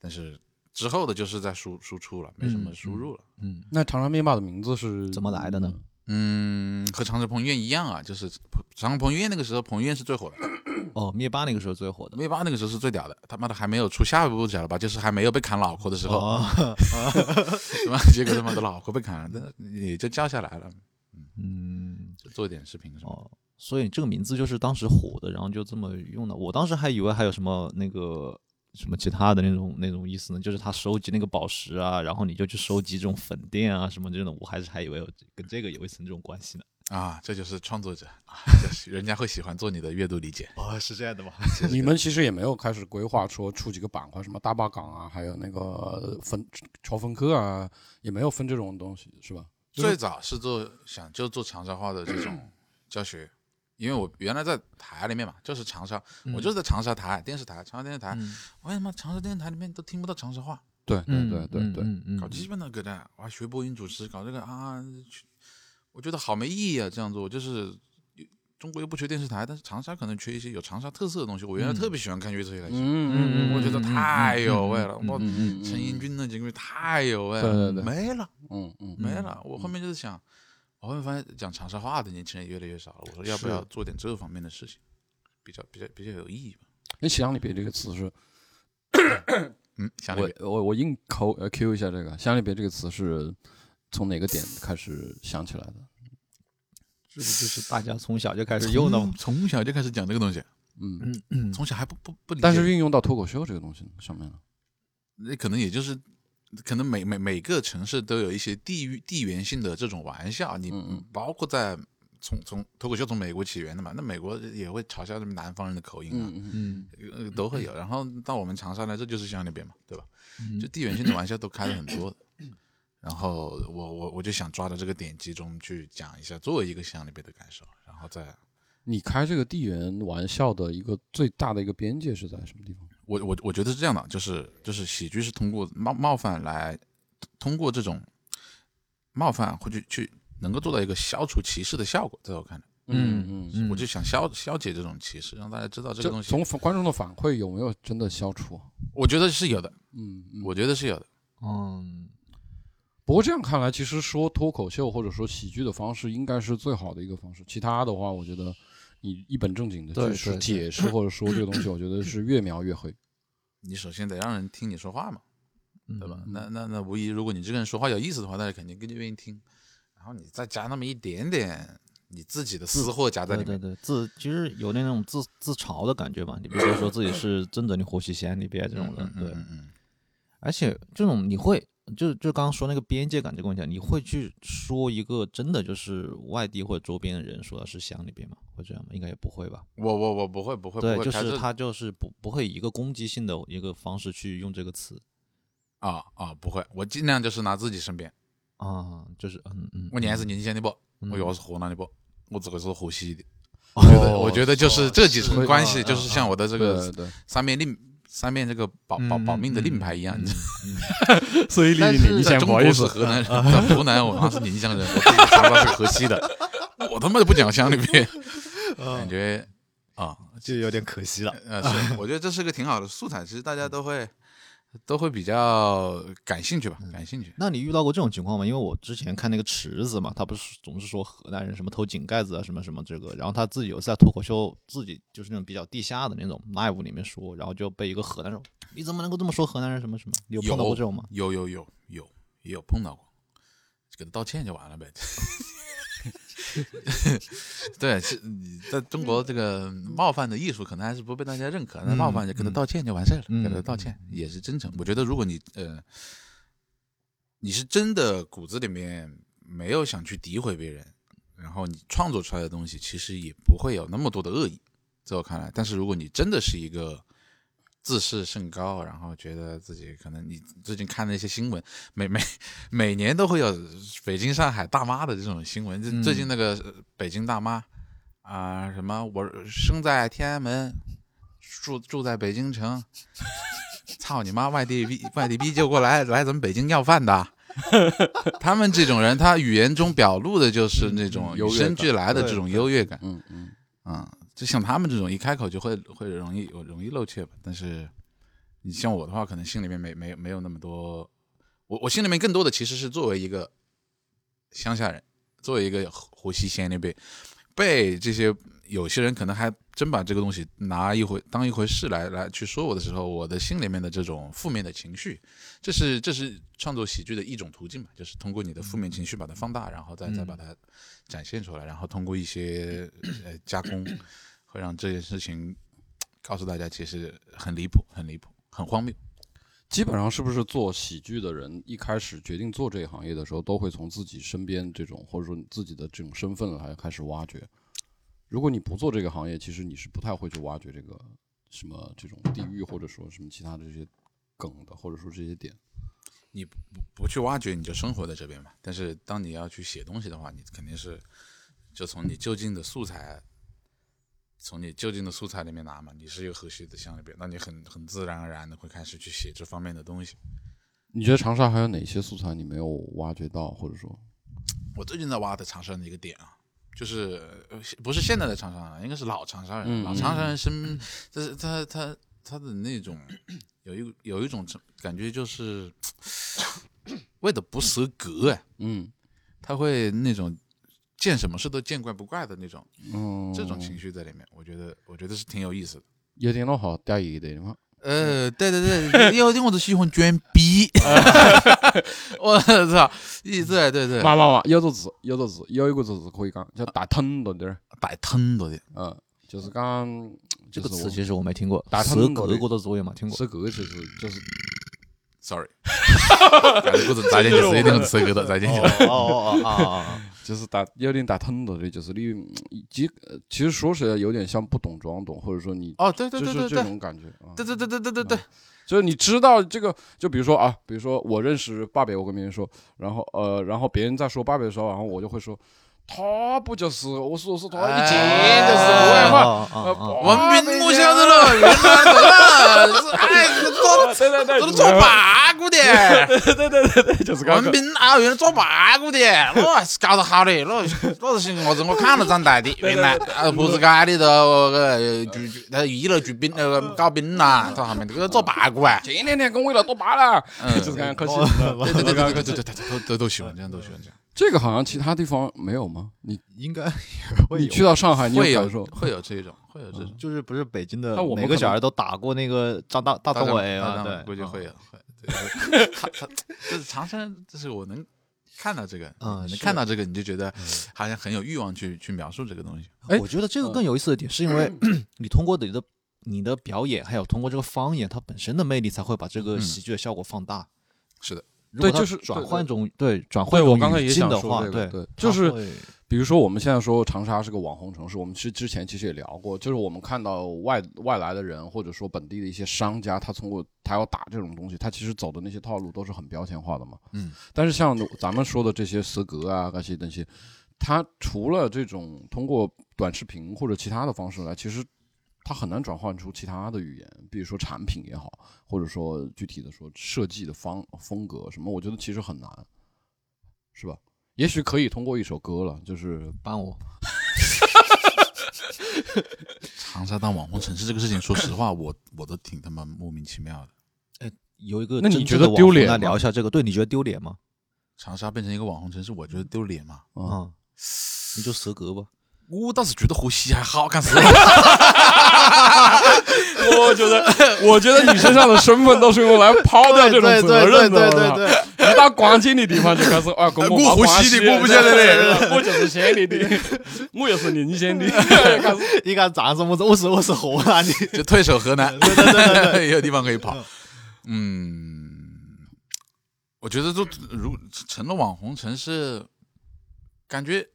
Speaker 3: 但是之后的就是在输输出了，没什么
Speaker 2: 嗯
Speaker 3: 输入了。
Speaker 2: 嗯
Speaker 1: 那长沙灭霸的名字是
Speaker 2: 怎么来的呢？
Speaker 3: 嗯，和长城彭于晏一样啊，就是长城彭于晏那个时候，彭于晏是最火的，
Speaker 2: 哦，灭霸那个时候最火的
Speaker 3: 灭霸那个时候是最屌的，他妈的还没有出下一部屌了吧，就是还没有被砍脑壳的时候，
Speaker 2: 哦，
Speaker 3: 他妈、结果他妈的脑壳被砍了，那也就叫下来了，
Speaker 2: 嗯
Speaker 3: 就做点视频什么的。
Speaker 2: 哦，所以这个名字就是当时火的，然后就这么用的。我当时还以为还有什么那个。什么其他的那种那种意思呢？就是他收集那个宝石啊，然后你就去收集这种粉店啊什么这种，我还是还以为有跟这个有一层这种关系呢。
Speaker 3: 啊，这就是创作者，啊就是人家会喜欢做你的阅读理解。
Speaker 2: 哦，是这样的吗？
Speaker 1: 你们其实也没有开始规划说出几个板块，什么大坝港啊，还有那个呃分乔峰克啊，也没有分这种东西，是吧？就是
Speaker 3: 最早是做想就做长沙话的这种教学，因为我原来在台里面嘛，就是长沙，我就是在长沙台电视台，长沙电视台，
Speaker 2: 嗯
Speaker 3: 我他妈长沙电视台里面都听不到长沙话。
Speaker 1: 对对对对对，
Speaker 2: 嗯嗯
Speaker 3: 搞基本的搁那，我还学播音主持，搞这个啊， 去我觉得好没意义啊！这样做就是中国又不缺电视台，但是长沙可能缺一些有长沙特色的东西。我原来特别喜欢看粤剧台，
Speaker 1: 嗯
Speaker 3: 我觉得太有味了，我
Speaker 1: 嗯
Speaker 3: 陈英俊那几个太有味
Speaker 1: 对
Speaker 3: 了，
Speaker 1: 对对
Speaker 3: 没了
Speaker 1: 嗯嗯
Speaker 3: 没了。我后面就是想，我后面发现讲长沙话的年轻人越来越少了。我说要不要做点这方面的事情，比较比较比较有意义吧？
Speaker 1: 那想里别这个词是，
Speaker 3: 嗯，想
Speaker 1: 我我我硬抠呃 Q 一下这个想里别这个词是从哪个点开始想起来的？
Speaker 2: 这个就是大家从嗯小就开始用的嘛。
Speaker 3: 从小就开始讲这个东西，
Speaker 1: 嗯，
Speaker 3: 从小还不不不理解，
Speaker 1: 但是运用到脱口秀这个东西上面了。
Speaker 3: 那可能也就是，可能每每每个城市都有一些地域地缘性的这种玩笑，你
Speaker 1: 嗯嗯
Speaker 3: 包括在从从脱口秀从美国起源的嘛，那美国也会嘲笑什么南方人的口音啊，
Speaker 1: 嗯
Speaker 2: 嗯
Speaker 3: 呃都会有。然后到我们长沙来，这就是乡里边嘛，对吧？就地缘性的玩笑都开了很多的。然后我我我就想抓着这个点集中去讲一下，作为一个乡里边的感受，然后再
Speaker 1: 你开这个地缘玩笑的一个最大的一个边界是在什么地方？
Speaker 3: 我我我觉得是这样的，就是就是喜剧是通过冒冒犯来，通过这种冒犯会去去能够做到一个消除歧视的效果，在我看来，
Speaker 1: 嗯嗯，
Speaker 2: 嗯，
Speaker 3: 我就想消消解这种歧视，让大家知道这个
Speaker 1: 这
Speaker 3: 东西。
Speaker 1: 从反观众的反馈有没有真的消除？啊
Speaker 3: 我觉得是有的，
Speaker 1: 嗯，嗯
Speaker 3: 我觉得是有的。
Speaker 2: 嗯
Speaker 1: 不过这样看来，其实说脱口秀或者说喜剧的方式，应该是最好的一个方式。其他的话，我觉得你一本正经的
Speaker 2: 对
Speaker 1: 去说
Speaker 2: 对对
Speaker 1: 解释或者说这个东西，我觉得是越描越黑。
Speaker 3: 你首先得让人听你说话嘛，
Speaker 2: 嗯，
Speaker 3: 对吧？
Speaker 1: 嗯
Speaker 3: 那那那无疑，如果你这个人说话有意思的话，大家肯定更愿意听。然后你再加那么一点点你自己的私货夹在
Speaker 2: 对
Speaker 3: 里
Speaker 2: 对
Speaker 3: 面，
Speaker 2: 对，自其实有那种自自嘲的感觉吧，你不会说自己是真的你活许仙，你别这种
Speaker 3: 嗯
Speaker 2: 人，
Speaker 3: 嗯
Speaker 2: 对。
Speaker 3: 嗯嗯，
Speaker 2: 而且这种你会，就就刚刚说那个边界感这个问题啊，你会去说一个真的就是外地或者周边的人说的是乡里边吗？会这样吗？应该也不会吧。
Speaker 3: 我我我不会不会不
Speaker 2: 对，
Speaker 3: 会，
Speaker 2: 就
Speaker 3: 他
Speaker 2: 是
Speaker 3: 这
Speaker 2: 他就是不不会以一个攻击性的一个方式去用这个词
Speaker 3: 啊啊不会，我尽量就是拿自己身边。
Speaker 2: 啊，就是嗯嗯，
Speaker 3: 我娘是宁县的不，
Speaker 2: 嗯
Speaker 3: 我
Speaker 2: 哦
Speaker 3: 爷是河南的不，我自个是河西的。
Speaker 1: 我
Speaker 3: 我觉得我觉得就是这几层关系，
Speaker 2: 是嗯
Speaker 3: 就是像我的这
Speaker 1: 这
Speaker 3: 个
Speaker 1: 对，
Speaker 3: 三面令三面这个保保保命的令牌一样。
Speaker 2: 嗯
Speaker 1: 所以
Speaker 3: 但是 在中国是河 南人，在湖南我妈是宁乡人，我自己查到是河西的，我他妈的不讲乡里 面，
Speaker 2: 哦
Speaker 3: 感觉啊，
Speaker 5: 就有点可惜了。
Speaker 3: 呃，是，我觉得这是个挺好的素材，其实大家都会都会比较感兴趣吧，
Speaker 2: 嗯
Speaker 3: 感兴趣。
Speaker 2: 那你遇到过这种情况吗？因为我之前看那个池子嘛，他不是总是说河南人什么偷井盖子啊，什么什么这个，然后他自己有一次在脱口秀，自己就是那种比较地下的那种 live 里面说，然后就被一个河南人说，你怎么能够这么说河南人什么什么？你有碰到过这种吗？
Speaker 3: 有有有有也有碰到过，就给他道歉就完了呗。 对，是你在中国这个冒犯的艺术可能还是不被大家认可，那冒犯就跟他道歉就完事儿了，
Speaker 2: 嗯
Speaker 3: 给他道歉也是真诚。我觉得如果你呃，你是真的骨子里面没有想去诋毁别人，然后你创作出来的东西其实也不会有那么多的恶意，在我看来。但是如果你真的是一个自视甚高，然后觉得自己可能你最近看了一些新闻，每每每年都会有北京、上海大妈的这种新闻。就
Speaker 1: 嗯
Speaker 3: 最近那个呃北京大妈啊、什么我生在天安门，住住在北京城， 操你妈，外地逼外地逼就过来来咱们北京要饭的。 他们这种人，他语言中表露的就是那种
Speaker 1: 嗯
Speaker 3: 与
Speaker 1: 优越
Speaker 3: 生
Speaker 1: 感
Speaker 3: 俱来的这种优越感。
Speaker 1: 嗯嗯，
Speaker 3: 啊、就像他们这种一开口就会会容易容易露怯吧。但是你像我的话，可能心里面没没没有那么多，我我心里面更多的其实是作为一个乡下人，作为一个湖湖西县那边，被这些有些人可能还真把这个东西拿一回当一回事来来去说我的时候，我的心里面的这种负面的情绪，这是这是创作喜剧的一种途径嘛，就是通过你的负面情绪把它放大，然后再再把它展现出来，然后通过一些呃加工，会让这件事情告诉大家，其实很离谱，很离谱，很荒谬。
Speaker 1: 基本上是不是做喜剧的人一开始决定做这个行业的时候，都会从自己身边这种或者说你自己的这种身份来开始挖掘。如果你不做这个行业，其实你是不太会去挖掘这个什么这种地域或者说什么其他的这些梗的，或者说这些点。
Speaker 3: 你不不不去挖掘，你就生活在这边嘛。但是当你要去写东西的话，你肯定是就从你就近的素材，从你就近的素材里面拿嘛。你是一个河西的乡里边，那你很很自然而然的会开始去写这方面的东西。
Speaker 1: 你觉得长沙还有哪些素材你没有挖掘到，或者说
Speaker 3: 我最近在挖的长沙人的一个点啊，就是呃不是现在的长沙人，应该是老长沙人。
Speaker 1: 嗯
Speaker 3: 老长沙人生，他他他他的那种有一有一种感觉，就是 为的不择格哎。
Speaker 1: 嗯
Speaker 3: 他会那种见什么事都见怪不怪的那种，
Speaker 1: 嗯
Speaker 3: 这种情绪在里面，我觉得我觉得是挺有意思的。
Speaker 1: 有点老好嗲一点嘛？
Speaker 3: 呃，对对对，有点我都喜欢卷逼， 我操，一对对对，
Speaker 1: 妈妈妈，有个字，有个字，有一个字是可以讲，叫打腾的点儿，
Speaker 3: 带疼的的，
Speaker 1: 嗯，就是讲
Speaker 3: 嗯
Speaker 2: 这个词
Speaker 1: 情
Speaker 2: 其实我没听过，
Speaker 1: 打他
Speaker 2: 蛇
Speaker 1: 们狗的
Speaker 2: 德国的作业嘛，听过。
Speaker 1: 是这个就是就是。
Speaker 3: ，sorry，感觉不是再见就是一定是这个的，再见就是。
Speaker 2: 哦哦哦哦
Speaker 1: 就是打有点打腾的，就是你嗯其呃其实说起来有点像不懂装懂，或者说你
Speaker 3: 哦，对对
Speaker 1: 就
Speaker 3: 对
Speaker 1: 是
Speaker 3: 对
Speaker 1: 这
Speaker 3: 对。
Speaker 1: 种感觉啊，
Speaker 3: 对对对对对对对，
Speaker 1: 就是你知道这个，就比如说啊，比如说我认识八北，我跟别人说，然后呃，然后别人在说八北的时候，然后我就会说。他不就是？我说是他以
Speaker 3: 哎
Speaker 1: 前 就是我
Speaker 3: 哎
Speaker 1: 也话。呃
Speaker 2: 哦哦哦
Speaker 3: 我们明目相知了，原来的了，是哎，这做
Speaker 1: 对对对，
Speaker 3: 这做八股的，
Speaker 1: 对对对对，就是
Speaker 3: 我
Speaker 1: 刚刚。
Speaker 3: 们明啊，原来做八股的，我是搞得好的，我我是我是我看了长大的，原来啊，不是街里头呃举举他娱乐举兵那个搞兵啦，他后面这个做八股啊，
Speaker 1: 前两天跟我一道多巴了，
Speaker 3: 嗯
Speaker 1: 就是刚刚可惜。
Speaker 2: 哦
Speaker 3: 对对对对对对对对，都都都喜欢这样，都喜欢这样，
Speaker 1: 这个好像其他地方没有吗？你
Speaker 2: 应该也会
Speaker 1: 你
Speaker 2: 有
Speaker 1: 去到上海，你
Speaker 3: 会有
Speaker 1: 感受？
Speaker 3: 会有这种会有这种，
Speaker 2: 就是不是北京的
Speaker 1: 那我们
Speaker 2: 每
Speaker 1: 可
Speaker 2: 个小
Speaker 1: 能
Speaker 2: 孩都打过那个张大大
Speaker 3: 大
Speaker 2: 张伟
Speaker 3: 大
Speaker 2: 啊？
Speaker 3: 张
Speaker 2: 对，
Speaker 3: 估计
Speaker 2: 嗯
Speaker 3: 会有，会对他他就是长沙，就是我能看到这个，
Speaker 2: 嗯
Speaker 3: 能
Speaker 2: 是
Speaker 3: 看到这个，你就觉得好像很有欲望去去描述这个东西。
Speaker 1: 哎嗯
Speaker 2: 我觉得这个更有意思的点，是因为 你通过你的你的表演，还有通过这个方言它本身的魅力，才会把这个喜剧的效果放大。
Speaker 3: 是的，
Speaker 2: 如果
Speaker 1: 嗯对
Speaker 2: 它
Speaker 1: 就是
Speaker 2: 转
Speaker 1: 对
Speaker 2: 换一种对转换
Speaker 1: 对，
Speaker 2: 一种
Speaker 1: 我刚才
Speaker 2: 语
Speaker 1: 也
Speaker 2: 境
Speaker 1: 想
Speaker 2: 的
Speaker 1: 说
Speaker 2: 话，
Speaker 1: 这个，对，
Speaker 2: 它
Speaker 1: 就是
Speaker 2: 会
Speaker 1: 比如说我们现在说长沙是个网红城市，我们其实之前其实也聊过，就是我们看到外外来的人或者说本地的一些商家，他通过他要打这种东西，他其实走的那些套路都是很标签化的嘛。
Speaker 3: 嗯，
Speaker 1: 但是像咱们说的这些斯格啊、那些东西，他除了这种通过短视频或者其他的方式来，其实他很难转换出其他的语言，比如说产品也好，或者说具体的说设计的方风格什么，我觉得其实很难，是吧？也许可以通过一首歌了，就是
Speaker 2: 帮我
Speaker 3: 长沙当网红城市这个事情，说实话， 我我都挺他妈莫名其妙的。
Speaker 2: 有一个
Speaker 1: 那你
Speaker 2: 真
Speaker 1: 觉
Speaker 2: 正
Speaker 1: 得
Speaker 2: 的网
Speaker 1: 丢
Speaker 2: 红
Speaker 1: 脸
Speaker 2: 来
Speaker 1: 吗
Speaker 2: 聊一下这个，对你觉得丢脸吗？
Speaker 3: 长沙变成一个网红城市，我觉得丢脸嘛。
Speaker 1: 嗯
Speaker 2: 嗯，你就蛇格吧。
Speaker 3: 我倒是觉得河西还好看死了。
Speaker 1: 我觉得， 我觉得你身上的身份都是用来抛掉这种责任的。我
Speaker 2: 对，
Speaker 1: 操一到广西你地方就开始啊，跟我
Speaker 3: 我
Speaker 1: 不
Speaker 3: 欢喜你我不晓得嘞，
Speaker 1: 我就是县里的， 我又是宁县的，开始
Speaker 2: 你看长什么？我是我是红啊！你
Speaker 3: 就退守河南， 对对对也有地方可以跑。嗯，我觉得都如成了网红城市，感觉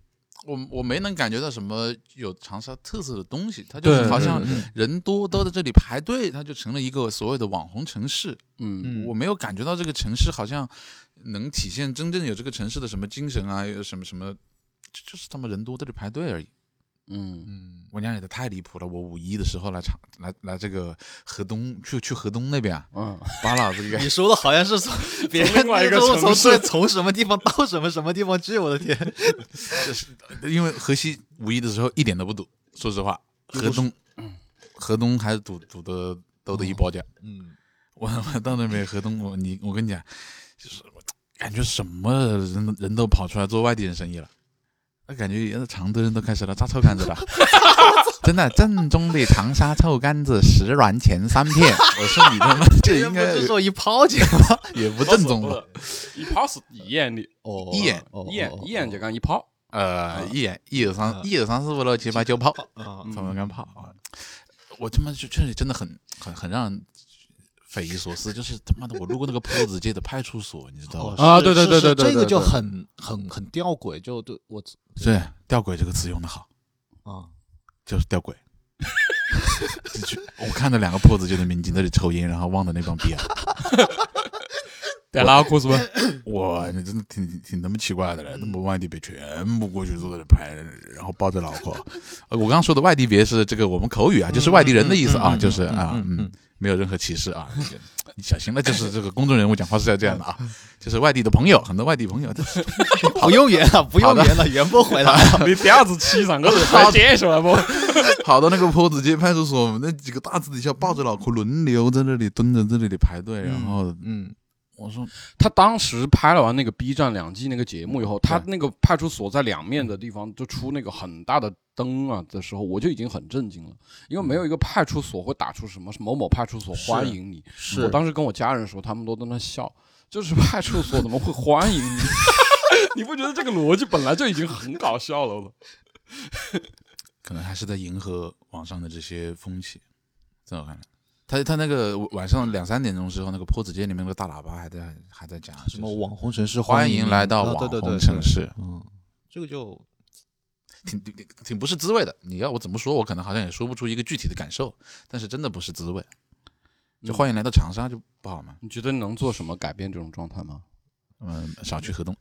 Speaker 3: 我我没能感觉到什么有长沙特色的东西，它就是
Speaker 1: 对
Speaker 3: 好像
Speaker 1: 对对对
Speaker 3: 人多都在这里排队，它就成了一个所谓的网红城市。
Speaker 1: 嗯，
Speaker 3: 我没有感觉到这个城市好像能体现真正有这个城市的什么精神啊，有什么什么，就就是他们人多在这里排队而已。
Speaker 1: 嗯，
Speaker 3: 嗯，我娘也太离谱了！我五一的时候来长来来这个河东去去河东那边啊，
Speaker 1: 嗯，
Speaker 3: 把老子给
Speaker 2: 你说的好像是从别人
Speaker 1: 从另外一个
Speaker 2: 从
Speaker 1: 城
Speaker 2: 从
Speaker 1: 市
Speaker 2: 从从什么地方到什么什么地方去，我的天！
Speaker 3: 因为河西五一的时候一点都不堵，说实话，河东河东还是堵堵的兜的一包浆。
Speaker 2: 嗯，
Speaker 3: 我 我到那边河东，我你我跟你讲，就是我感觉什么人都人都跑出来做外地人生意了。我感觉也是常德人都开始了炸臭干 子了，真的正宗的长沙臭干子十元钱三片。我说你 他妈这
Speaker 2: 嗯
Speaker 3: 应该
Speaker 2: 不是说一抛 去吗？
Speaker 3: 也不正宗吧？
Speaker 1: 一泡是一眼的，
Speaker 2: 哦
Speaker 3: 一眼
Speaker 1: 一眼一眼就讲一泡，
Speaker 3: 呃，一眼一二三
Speaker 2: 嗯
Speaker 3: 一二三四五六七八九炮，
Speaker 2: 啊
Speaker 3: 怎么敢炮啊？我他妈就确实真的很很很让人匪夷所思，就是他妈的我路过那个坡子街的派出所，你知道
Speaker 2: 哦
Speaker 3: 吧？
Speaker 1: 啊对对对对对
Speaker 2: 这个
Speaker 1: 对
Speaker 2: 就
Speaker 1: 对
Speaker 2: 很很很吊诡，就对我
Speaker 3: 对，吊诡这个词用的好，
Speaker 2: 啊，
Speaker 3: 就是吊诡。就去我看到两个坡子街的民警在那里抽烟，然后望着那帮逼 啊，
Speaker 1: 带脑壳是吧？
Speaker 3: 哇，你真的挺挺他妈奇怪的嘞！那么外地别全部过去坐在那拍，然后抱着脑壳。呃我刚刚说的外地别是这个我们口语啊，就是外地人的意思啊，就是啊，嗯，没有任何歧视啊。你小心了，就是这个公众人物讲话是要这样的啊，就是外地的朋友，很多外地朋友， 但是
Speaker 2: 不用圆了，不用圆了，圆不回来 了。
Speaker 1: 你调子气上，我是快接受了不？
Speaker 3: 跑到那个坡子街派出所，那几个大字底下抱着脑壳轮流在那里蹲着，在那里排队，然后
Speaker 2: 嗯，
Speaker 3: 我说
Speaker 1: 他当时拍了完那个 B 站两季那个节目以后，他那个派出所在两面的地方就出那个很大的灯啊的时候，我就已经很震惊了，因为没有一个派出所会打出什么某某派出所欢迎你。
Speaker 2: 是
Speaker 1: 我当时跟我家人说，他们都在那笑，就是派出所怎么会欢迎 你？你不觉得这个逻辑本来就已经很搞笑了吗？
Speaker 3: 可能还是在迎合网上的这些风气，在我看来。他他那个晚上两三点钟之后，那个坡子街里面那个大喇叭还在还在讲
Speaker 2: 什么网红城市，
Speaker 3: 欢
Speaker 2: 迎
Speaker 3: 迎来到
Speaker 2: 啊
Speaker 3: 网
Speaker 2: 对对
Speaker 3: 红
Speaker 2: 对
Speaker 3: 城
Speaker 2: 对
Speaker 3: 市，
Speaker 2: 嗯，这个就
Speaker 3: 挺挺挺不是滋味的。你要我怎么说，我可能好像也说不出一个具体的感受，但是真的不是滋味。
Speaker 2: 嗯
Speaker 3: 就欢迎来到长沙就不好嘛，
Speaker 1: 你觉得能
Speaker 3: 嗯
Speaker 1: 做什么改变这种状态吗？
Speaker 3: 嗯，少去河东。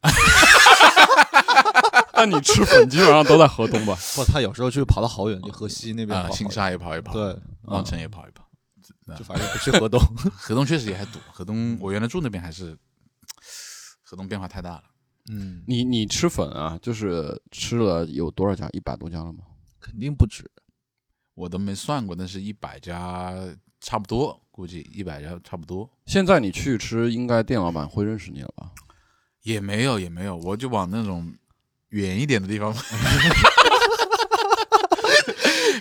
Speaker 1: 那你吃粉基本上都在河东吧？
Speaker 2: 不，他有时候去跑到好远，去河西那边
Speaker 3: 啊，
Speaker 2: 跑
Speaker 3: 新沙也跑一跑，
Speaker 2: 对，
Speaker 3: 望
Speaker 2: 嗯
Speaker 3: 城也跑一跑。
Speaker 2: 就反正不去河东。
Speaker 3: 河东确实也还堵，河东我原来住那边还是，河东变化太大了。
Speaker 2: 嗯，
Speaker 1: 你你吃粉啊，就是吃了有多少家？一百多家了吗？
Speaker 2: 肯定不止。
Speaker 3: 我都没算过，但是一百家差不多，估计一百家差不多，
Speaker 1: 现在你去吃，应该店老板会认识你了吧？
Speaker 3: 也没有也没有，我就往那种远一点的地方跑。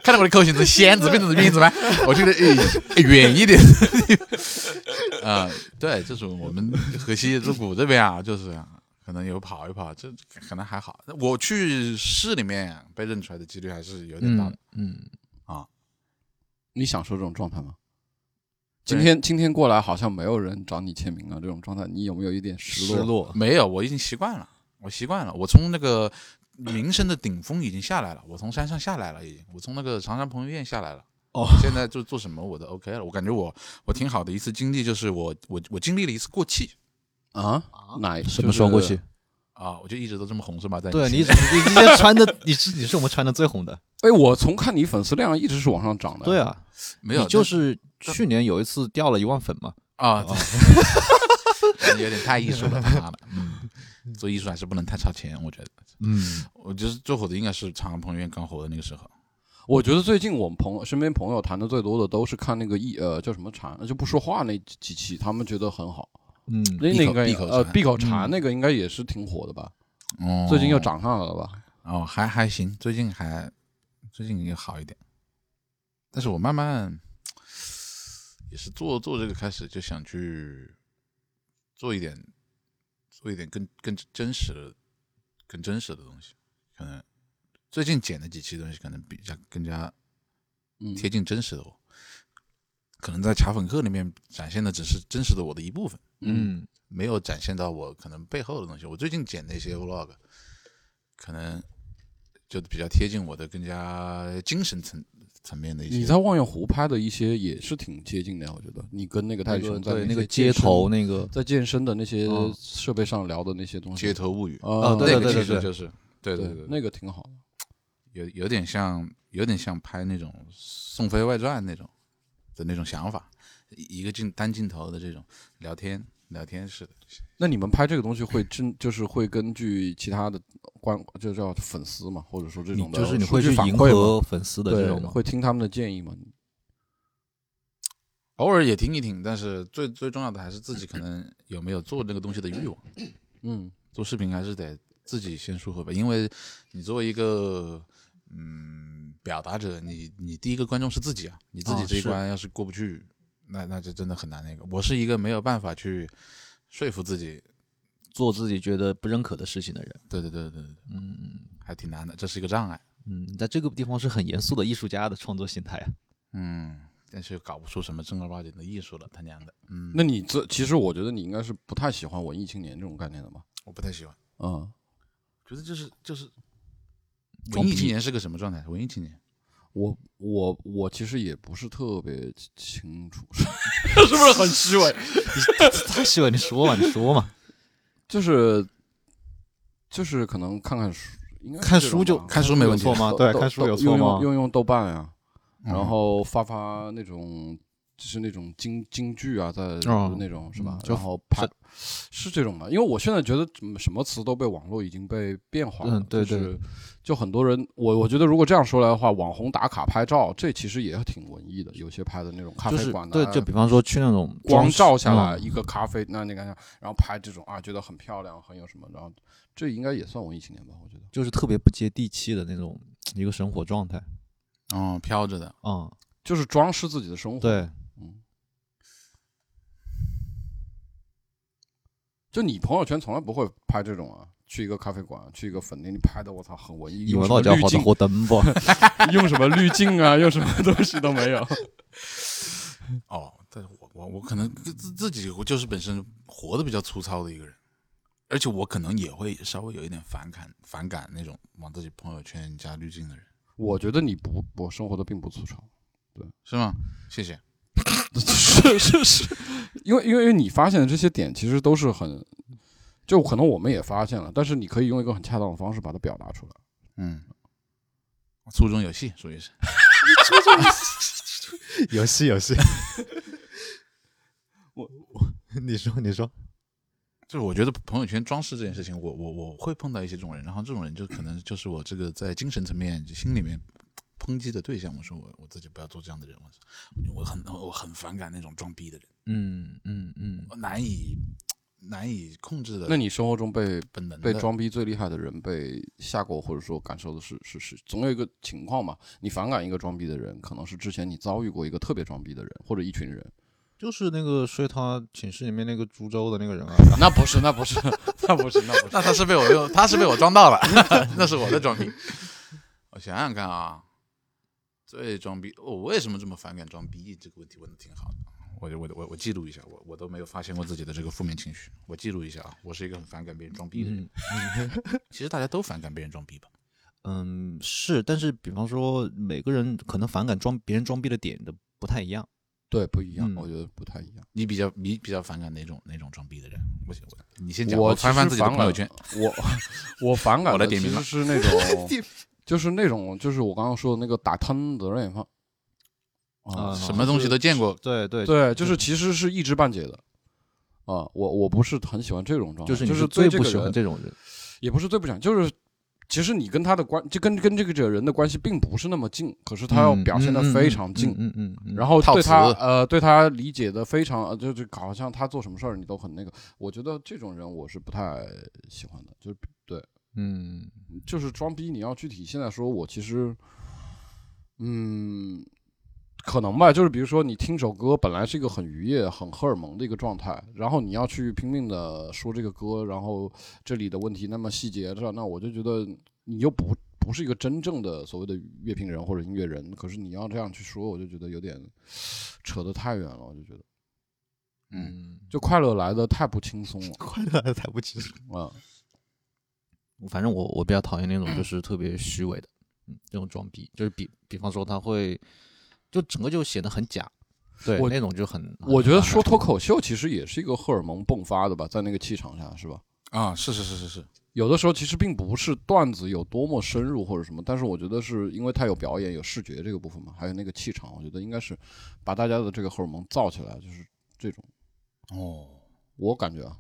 Speaker 3: 看到我的口型是仙子变成名字吗？我觉得哎，远一点的地方啊、对，就是我们河西入谷这边啊，就是可能有跑一跑，这可能还好。我去市里面被认出来的几率还是有点大的。
Speaker 2: 嗯嗯，
Speaker 1: 你享受这种状态吗？今天今天过来好像没有人找你签名啊，这种状态你有没有一点失落？
Speaker 2: 落。啊
Speaker 3: 没有，我已经习惯了，我习惯了，我从那个名声的顶峰已经下来了，我从山上下来了，已经，我从那个长山朋友院下来了。
Speaker 2: 哦，
Speaker 3: 现在就做什么我都 OK 了，我感觉我我挺好的一次经历就是我我我经历了一次过气
Speaker 1: 啊？哪
Speaker 2: 什么时候过？
Speaker 1: 就
Speaker 2: 去
Speaker 1: 是？
Speaker 3: 啊，我就一直都这么红是吧？在
Speaker 2: 对
Speaker 3: 心
Speaker 2: 你，
Speaker 3: 里
Speaker 2: 怎么你今天穿的，你是你是我们穿的最红的。
Speaker 1: 哎，我从看你粉丝量一直是往上涨的。
Speaker 2: 对，啊，
Speaker 3: 没有
Speaker 2: 你就
Speaker 3: 但
Speaker 2: 是哦去年有一次掉了一万粉嘛。
Speaker 3: 啊，对有点太艺术了，他妈的，嗯，做艺术还是不能太超前，我觉得，
Speaker 2: 嗯，
Speaker 3: 我就是最火的应该是长安朋友院刚火的那个时候，
Speaker 1: 我觉得最近我们朋友身边朋友谈的最多的都是看那个一呃叫什么禅，就不说话那几几期，他们觉得很好。
Speaker 2: 嗯，
Speaker 1: 那
Speaker 3: 闭
Speaker 1: 那
Speaker 3: 口
Speaker 1: 个
Speaker 3: 闭口
Speaker 1: 呃
Speaker 3: 禅
Speaker 1: 闭口禅
Speaker 2: 嗯
Speaker 1: 那个应该也是挺火的吧？
Speaker 3: 哦，
Speaker 1: 最近又涨上来了吧？
Speaker 3: 哦，还还行，最近还最近也好一点，但是我慢慢也是做做这个开始就想去做一点做一点更更真实的、更真实的东西，可能最近剪的几期东西可能比较更加
Speaker 1: 嗯，
Speaker 3: 贴近真实的我，可能在茶粉课里面展现的只是真实的我的一部分，
Speaker 1: 嗯，
Speaker 2: 嗯，
Speaker 3: 没有展现到我可能背后的东西。我最近剪的一
Speaker 2: 嗯
Speaker 3: 些 vlog，可能就比较贴近我的更加精神层层面的一些。
Speaker 1: 你在望月湖拍的一些也是挺接近的，我觉得你跟那个
Speaker 2: 那
Speaker 1: 泰
Speaker 2: 个
Speaker 1: 雄在
Speaker 2: 对
Speaker 1: 些
Speaker 2: 那个
Speaker 1: 健
Speaker 2: 街
Speaker 1: 身
Speaker 2: 头那个
Speaker 1: 在健身的那些
Speaker 2: 嗯
Speaker 1: 设备上聊的那些东西，
Speaker 3: 街头物语，
Speaker 1: 啊，
Speaker 2: 哦对
Speaker 3: 那个
Speaker 2: 对
Speaker 3: 其实
Speaker 2: 对
Speaker 3: 就是对
Speaker 1: 对
Speaker 3: 对对，
Speaker 1: 那个挺好的。
Speaker 3: 有有点像有点像拍那种《宋飞外传》那种的那种想法，一个镜单镜头的这种聊天聊天式的。
Speaker 1: 那你们拍这个东西会真就是会根据其他的观，就叫粉丝嘛，或者说这
Speaker 2: 你
Speaker 1: 种的
Speaker 2: 就是你
Speaker 1: 数
Speaker 2: 会
Speaker 1: 据
Speaker 2: 去
Speaker 1: 反
Speaker 2: 迎
Speaker 1: 馈嘛
Speaker 2: 合粉丝的这
Speaker 1: 对
Speaker 2: 种吗？
Speaker 1: 会听他们的建议嘛？
Speaker 3: 偶尔也听一听，但是最最重要的还是自己可能有没有做这个东西的欲望。
Speaker 1: 嗯，
Speaker 3: 做视频还是得自己先舒服吧，因为你作为一个嗯表达者，你你第一个观众是自己啊，你自己
Speaker 2: 啊
Speaker 3: 这一
Speaker 2: 是
Speaker 3: 关要是过不去，那那就真的很难那个。我是一个没有办法去说服自己，
Speaker 2: 做自己觉得不认可的事情的人。
Speaker 3: 对对对对对，
Speaker 2: 嗯
Speaker 3: 还挺难的，这是一个障碍。
Speaker 2: 嗯，你在这个地方是很严肃的艺术家的创作心态啊。
Speaker 3: 嗯，但是又搞不出什么正儿八经的艺术了，他娘的，嗯，
Speaker 1: 那你这其实我觉得你应该是不太喜欢文艺青年这种概念的吧？
Speaker 3: 我不太喜欢，
Speaker 1: 嗯，
Speaker 3: 觉得就是就是
Speaker 2: 装
Speaker 3: 文艺
Speaker 2: 逼
Speaker 3: 青年是个什么状态？文艺青年。
Speaker 1: 我我我其实也不是特别清楚，是不是很虚伪？
Speaker 2: 他喜欢你说嘛，你说嘛，
Speaker 1: 就是就是可能看看书，应该是
Speaker 2: 看
Speaker 1: 这
Speaker 2: 书
Speaker 1: 种
Speaker 2: 就
Speaker 1: 吧
Speaker 3: 看书没问题
Speaker 2: 有错吗？ 对，
Speaker 1: 豆
Speaker 2: 看书
Speaker 1: 豆
Speaker 2: 有错
Speaker 1: 用
Speaker 2: 吗
Speaker 1: 用？用用豆瓣啊，然
Speaker 3: 嗯
Speaker 1: 后发发那种就是那种京京剧啊，在
Speaker 2: 哦
Speaker 1: 那种是吧
Speaker 2: 嗯？就
Speaker 1: 然后拍是这种吗？因为我现在觉得嗯什么词都被网络已经被变化了
Speaker 2: 嗯，对
Speaker 1: 就
Speaker 2: 对
Speaker 1: 是就很多人，我我觉得如果这样说来的话，网红打卡拍照，这其实也挺文艺的，有些拍的那种咖
Speaker 2: 就
Speaker 1: 啡
Speaker 2: 是
Speaker 1: 馆的
Speaker 2: 对，
Speaker 1: 啊
Speaker 2: 就比方说去那 种
Speaker 1: 光
Speaker 2: 装饰
Speaker 1: 照下来
Speaker 2: 嗯
Speaker 1: 一个咖啡，那你看，然后拍这种啊，觉得很漂亮，很有什么，然后这应该也算文艺青年吧，我觉得。
Speaker 2: 就是特别不接地气的那种一个生活状态。
Speaker 3: 哦，飘着的，
Speaker 2: 嗯，
Speaker 1: 就是装饰自己的生活，
Speaker 2: 对，
Speaker 1: 嗯，就你朋友圈从来不会拍这种啊，去一个咖啡馆，去一个粉店，你拍的我操很文艺，
Speaker 2: 你
Speaker 1: 用
Speaker 2: 们
Speaker 1: 什么
Speaker 2: 老家
Speaker 1: 滤
Speaker 2: 好的
Speaker 1: 镜，
Speaker 2: 活灯不？
Speaker 1: 用什么滤镜啊，用什么东西都没有。
Speaker 3: 哦，但是我我我可能自自自己我就是本身活得比较粗糙的一个人，而且我可能也会稍微有一点反感反感那种往自己朋友圈加滤镜的人，
Speaker 1: 我觉得你不，我生活的并不粗糙，
Speaker 3: 是吗？谢谢。
Speaker 1: 是是是，因为因为因为你发现的这些点其实都是很，就可能我们也发现了，但是你可以用一个很恰当的方式把它表达出来。
Speaker 3: 嗯，粗哦中有细，属 于是。
Speaker 2: 有戏 有戏。我我你说你说，
Speaker 3: 就是我觉得朋友圈装饰这件事情，我我我会碰到一些这种人，然后这种人就可能就是我这个在精神层面、就心里面抨击的对象。我说我我自己不要做这样的人，我我很我很反感那种装逼的人，
Speaker 2: 嗯嗯嗯，
Speaker 3: 我难以难以控制的。
Speaker 1: 那你生活中被
Speaker 3: 本能的
Speaker 1: 被装逼最厉害的人被吓过，或者说感受的是是是，总有一个情况嘛，你反感一个装逼的人，可能是之前你遭遇过一个特别装逼的人或者一群人。
Speaker 2: 就是那个睡他寝室里面那个株洲的那个人啊，
Speaker 1: 那不是，那不是， 那不是，那不是。
Speaker 3: 那他是被我用，他是被我装到了， 那是我的装逼。我想想看啊，最装逼，我、为什么这么反感装逼这个问题问的挺好的。我我我我记录一下，我我都没有发现过自己的这个负面情绪，我记录一下啊，我是一个很反感别人装逼的
Speaker 1: 嗯
Speaker 3: 人。其实大家都反感别人装逼吧？
Speaker 2: 嗯是，但是比方说每个人可能反感装别人装逼的点都不太一样，
Speaker 1: 对，不一样，
Speaker 2: 嗯
Speaker 1: 我觉得不太一样。
Speaker 3: 你比较你比较反感哪种哪种装逼的人？我我你先讲，
Speaker 1: 我其
Speaker 3: 翻翻
Speaker 1: 实
Speaker 3: 自己的
Speaker 1: 反
Speaker 3: 朋友
Speaker 1: 感
Speaker 3: 圈，
Speaker 1: 我我反感
Speaker 3: 我来
Speaker 1: 的
Speaker 3: 点
Speaker 1: 其
Speaker 3: 名
Speaker 1: 实
Speaker 3: 了
Speaker 1: 是那 种，就是那种，就是我刚刚说的那个打贪责任眼放
Speaker 2: 啊
Speaker 3: 什么东西都见过，
Speaker 2: 对对，
Speaker 1: 对，就是其实是一知半解的啊。我我不是很喜欢这种状态，
Speaker 2: 就
Speaker 1: 就是是对
Speaker 2: 你最
Speaker 1: 这
Speaker 2: 不
Speaker 1: 个
Speaker 2: 喜欢
Speaker 1: 人
Speaker 2: 这种人，
Speaker 1: 也不是最不想，就是其实你跟他的关，就跟跟这个人的关系并不是那么近，可是他要
Speaker 2: 嗯
Speaker 1: 表现的
Speaker 2: 嗯嗯
Speaker 1: 非
Speaker 2: 嗯
Speaker 1: 常近，
Speaker 2: 嗯嗯嗯，
Speaker 1: 然后
Speaker 3: 套
Speaker 1: 对
Speaker 3: 词
Speaker 1: 他呃对他理解的非常，呃就就好像他做什么事儿你都很那个。我觉得这种人我是不太喜欢的，就是对，
Speaker 2: 嗯
Speaker 1: 就是装逼。你要具体现在说，我其实，嗯，可能吧，就是比如说你听首歌，本来是一个很愉悦、很荷尔蒙的一个状态，然后你要去拼命的说这个歌，然后这里的问题那么细节上，那我就觉得你又不不是一个真正的所谓的乐评人或者音乐人，可是你要这样去说，我就觉得有点扯得太远了，我就觉得。
Speaker 3: 嗯，
Speaker 2: 嗯，
Speaker 1: 就快乐来的太不轻松了
Speaker 2: 快乐还不清楚。
Speaker 1: 啊！
Speaker 2: 反正我我比较讨厌那种就是特别虚伪的，嗯，这种装逼，就是比比方说他会，就整个就显得很假，对，
Speaker 1: 我
Speaker 2: 那种就很，
Speaker 1: 我觉得说脱
Speaker 2: 脱
Speaker 1: 口秀其实也是一个荷尔蒙迸发的吧，在那个气场下是吧？
Speaker 3: 啊，是是是是是，
Speaker 1: 有的时候其实并不是段子有多么深入或者什么，但是我觉得是因为它有表演、有视觉这个部分嘛，还有那个气场，我觉得应该是把大家的这个荷尔蒙造起来，就是这种。
Speaker 3: 哦。
Speaker 1: 我感觉啊，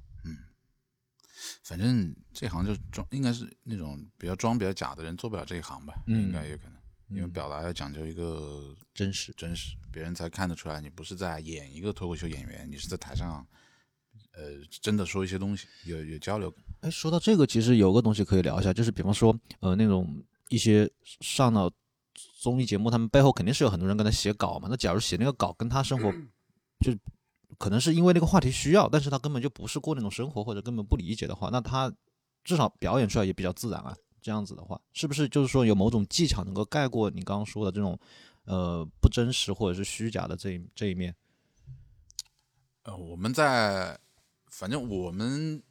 Speaker 3: 反正这行就装，应该是那种比较装、比较假的人做不了这一行吧，
Speaker 2: 嗯
Speaker 3: 应该有可能，因为表达要讲究一个
Speaker 2: 真实，
Speaker 3: 真实，别人才看得出来你不是在演一个脱口秀演员，你是在台上，呃，真的说一些东西，有有交流。
Speaker 2: 哎，说到这个，其实有个东西可以聊一下，就是比方说，呃，那种一些上了综艺节目，他们背后肯定是有很多人跟他写稿嘛。那假如写那个稿跟他生活，就可能是因为那个话题需要，但是他根本就不是过那种生活，或者根本不理解的话，那他至少表演出来也比较自然啊。这样子的话，是不是就是说有某种技巧能够盖过你刚刚说的这种，呃，不真实或者是虚假的这一这一面？
Speaker 3: 呃，我们在，反正我们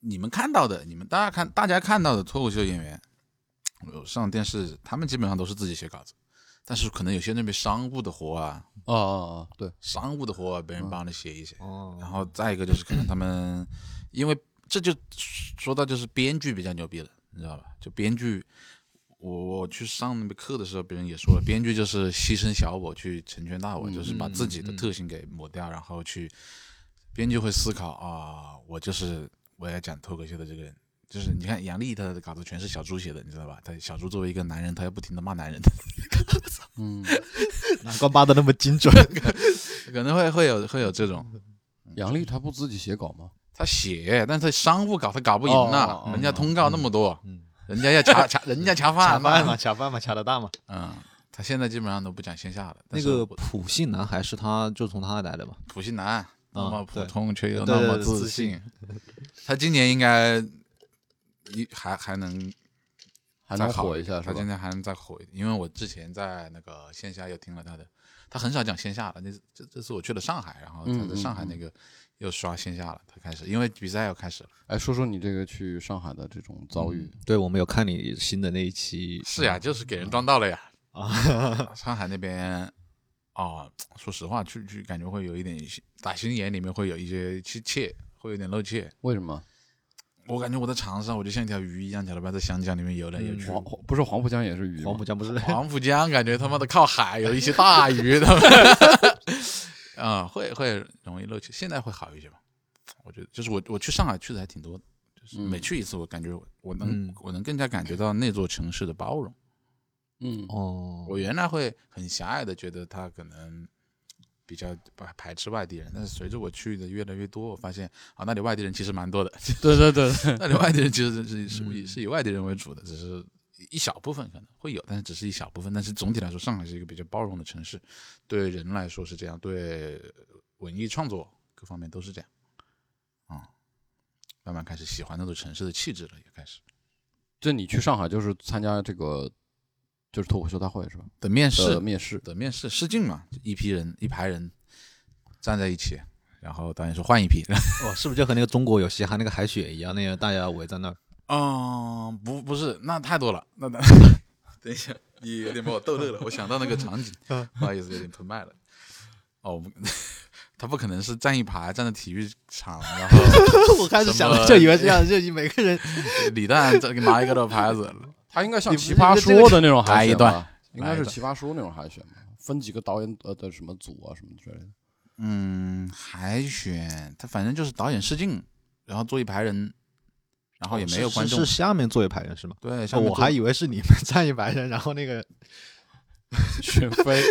Speaker 3: 你们看到的，你们大家看大家看到的脱口秀演员，呃上电视，他们基本上都是自己写稿子，但是可能有些那边商务的活啊，
Speaker 1: 啊啊啊，对，
Speaker 3: 商务的活啊，别人帮着写一写。
Speaker 2: 哦
Speaker 3: 然后再一个就是可能他们，因为这就说到就是编剧比较牛逼了，你知道吧？就编剧，我我去上那个课的时候，别人也说了，编剧就是牺牲小我去成全大我，就是把自己的特性给抹掉，然后去编剧会思考啊，我就是我要讲脱口秀的这个人。就是你看杨笠他的稿子全是小猪写的，你知道吧？他小猪作为一个男人，他要不停的骂男人，
Speaker 1: 嗯，
Speaker 2: 难怪 骂的那么精准。
Speaker 3: 可能会会有会有这种，
Speaker 1: 杨笠他不自己写稿吗？
Speaker 3: 他写，但他商务搞他搞不赢呐、
Speaker 1: 哦哦哦
Speaker 3: 人家通告那么多，
Speaker 2: 嗯
Speaker 3: 人家要查 查，人家查
Speaker 2: 卡
Speaker 3: 饭
Speaker 2: 饭嘛，卡饭嘛，卡得大嘛。
Speaker 3: 嗯，他现在基本上都不讲线下了。但
Speaker 2: 那
Speaker 3: 是
Speaker 2: 个
Speaker 3: 我
Speaker 2: 普信男孩是他，就从他来的嘛？
Speaker 3: 普信男那么普
Speaker 2: 对
Speaker 3: 通却又
Speaker 2: 对
Speaker 3: 那
Speaker 2: 对
Speaker 3: 么
Speaker 2: 对
Speaker 3: 自
Speaker 2: 自
Speaker 3: 信，他今年应该一还还能
Speaker 1: 还
Speaker 3: 再
Speaker 1: 能
Speaker 3: 好
Speaker 1: 火一下是
Speaker 3: 他今
Speaker 1: 吧？
Speaker 3: 天还能再火一点，因为我之前在那个线下又听了他的，他很少讲线下了。那这这次我去了上海，然后他
Speaker 1: 嗯
Speaker 3: 在
Speaker 1: 嗯
Speaker 3: 上海
Speaker 1: 嗯
Speaker 3: 那个又刷线下了，他开始因为比赛要开始了。
Speaker 1: 哎，说说你这个去上海的这种遭遇，
Speaker 2: 对，我们有看你新的那一期。
Speaker 3: 嗯
Speaker 2: 呃
Speaker 3: 是呀，就是给人装到了呀。
Speaker 2: 嗯啊，
Speaker 3: 上海那边啊、说实话，去去感觉会有一点，打心眼里面会有一些亲切，会有点露怯。
Speaker 1: 为什么？
Speaker 3: 我感觉我在长沙，我就像一条鱼一样，脚都不在湘江里面游来游去。
Speaker 2: 嗯
Speaker 1: 黄黄不是黄浦江也是鱼吗
Speaker 2: 黄浦江不 是
Speaker 3: 黄 浦江感觉他妈的靠海，有一些大
Speaker 2: 嗯
Speaker 3: 鱼的， 啊、会会容易漏气。现在会好一些吧？我觉得，就是我我去上海去的还挺多的，就是每
Speaker 1: 嗯
Speaker 3: 去一次，我感觉我我能、
Speaker 2: 嗯
Speaker 3: 我能更加感觉到那座城市的包容。
Speaker 1: 嗯
Speaker 2: 哦，
Speaker 3: 我原来会很狭隘的觉得他可能比较排排斥外地人，但是随着我去的越来越多，我发现啊，那里外地人其实蛮多的，
Speaker 1: 对对对，
Speaker 3: 那里外地人其实是是以是以外地人为主的，只是一小部分可能会有，但是只是一小部分。但是总体来说，上海是一个比较包容的城市，对人来说是这样，对文艺创作各方面都是这样。啊、慢慢开始喜欢那座城市的气质了，也开始
Speaker 1: 这你去上海就是参加这个就是脱口秀大会是吧？
Speaker 3: 等面试
Speaker 1: 呃面试，
Speaker 3: 的面试试镜嘛，一批人一排人站在一起，然后导演说换一批，
Speaker 2: 哦，是不是就和那个中国有嘻哈那个海雪一样，那个大家 围在那儿？
Speaker 3: 嗯，不不是，那太多了，那 那等一下，你有点把我逗乐了，我想到那个场景，
Speaker 2: 嗯
Speaker 3: 不好意思，有点吞麦了。哦，我们 他不可能是站一排站在体育场，然 后
Speaker 2: 我开
Speaker 3: 始想 了就
Speaker 2: 以为这样，就每个人
Speaker 3: 李诞这拿一个的牌子，
Speaker 1: 他应该像
Speaker 2: 你不
Speaker 1: 奇
Speaker 2: 是
Speaker 1: 葩
Speaker 2: 这
Speaker 1: 说
Speaker 2: 这个
Speaker 1: 的那种
Speaker 3: 来
Speaker 1: 海
Speaker 3: 一
Speaker 1: 选
Speaker 3: 段
Speaker 1: 吧，应
Speaker 3: 来
Speaker 1: 该
Speaker 3: 一
Speaker 1: 是
Speaker 3: 段
Speaker 1: 奇葩说那种海选吧，分几个导演呃的什么组啊什么之类的。
Speaker 3: 嗯，海选他反正就是导演试镜，然后坐一排人，然后也没有观众
Speaker 2: 哦是，下面坐一排人是吗？哦
Speaker 3: 对，像
Speaker 2: 我还以为是你们 站一排人，然后那个
Speaker 1: 选妃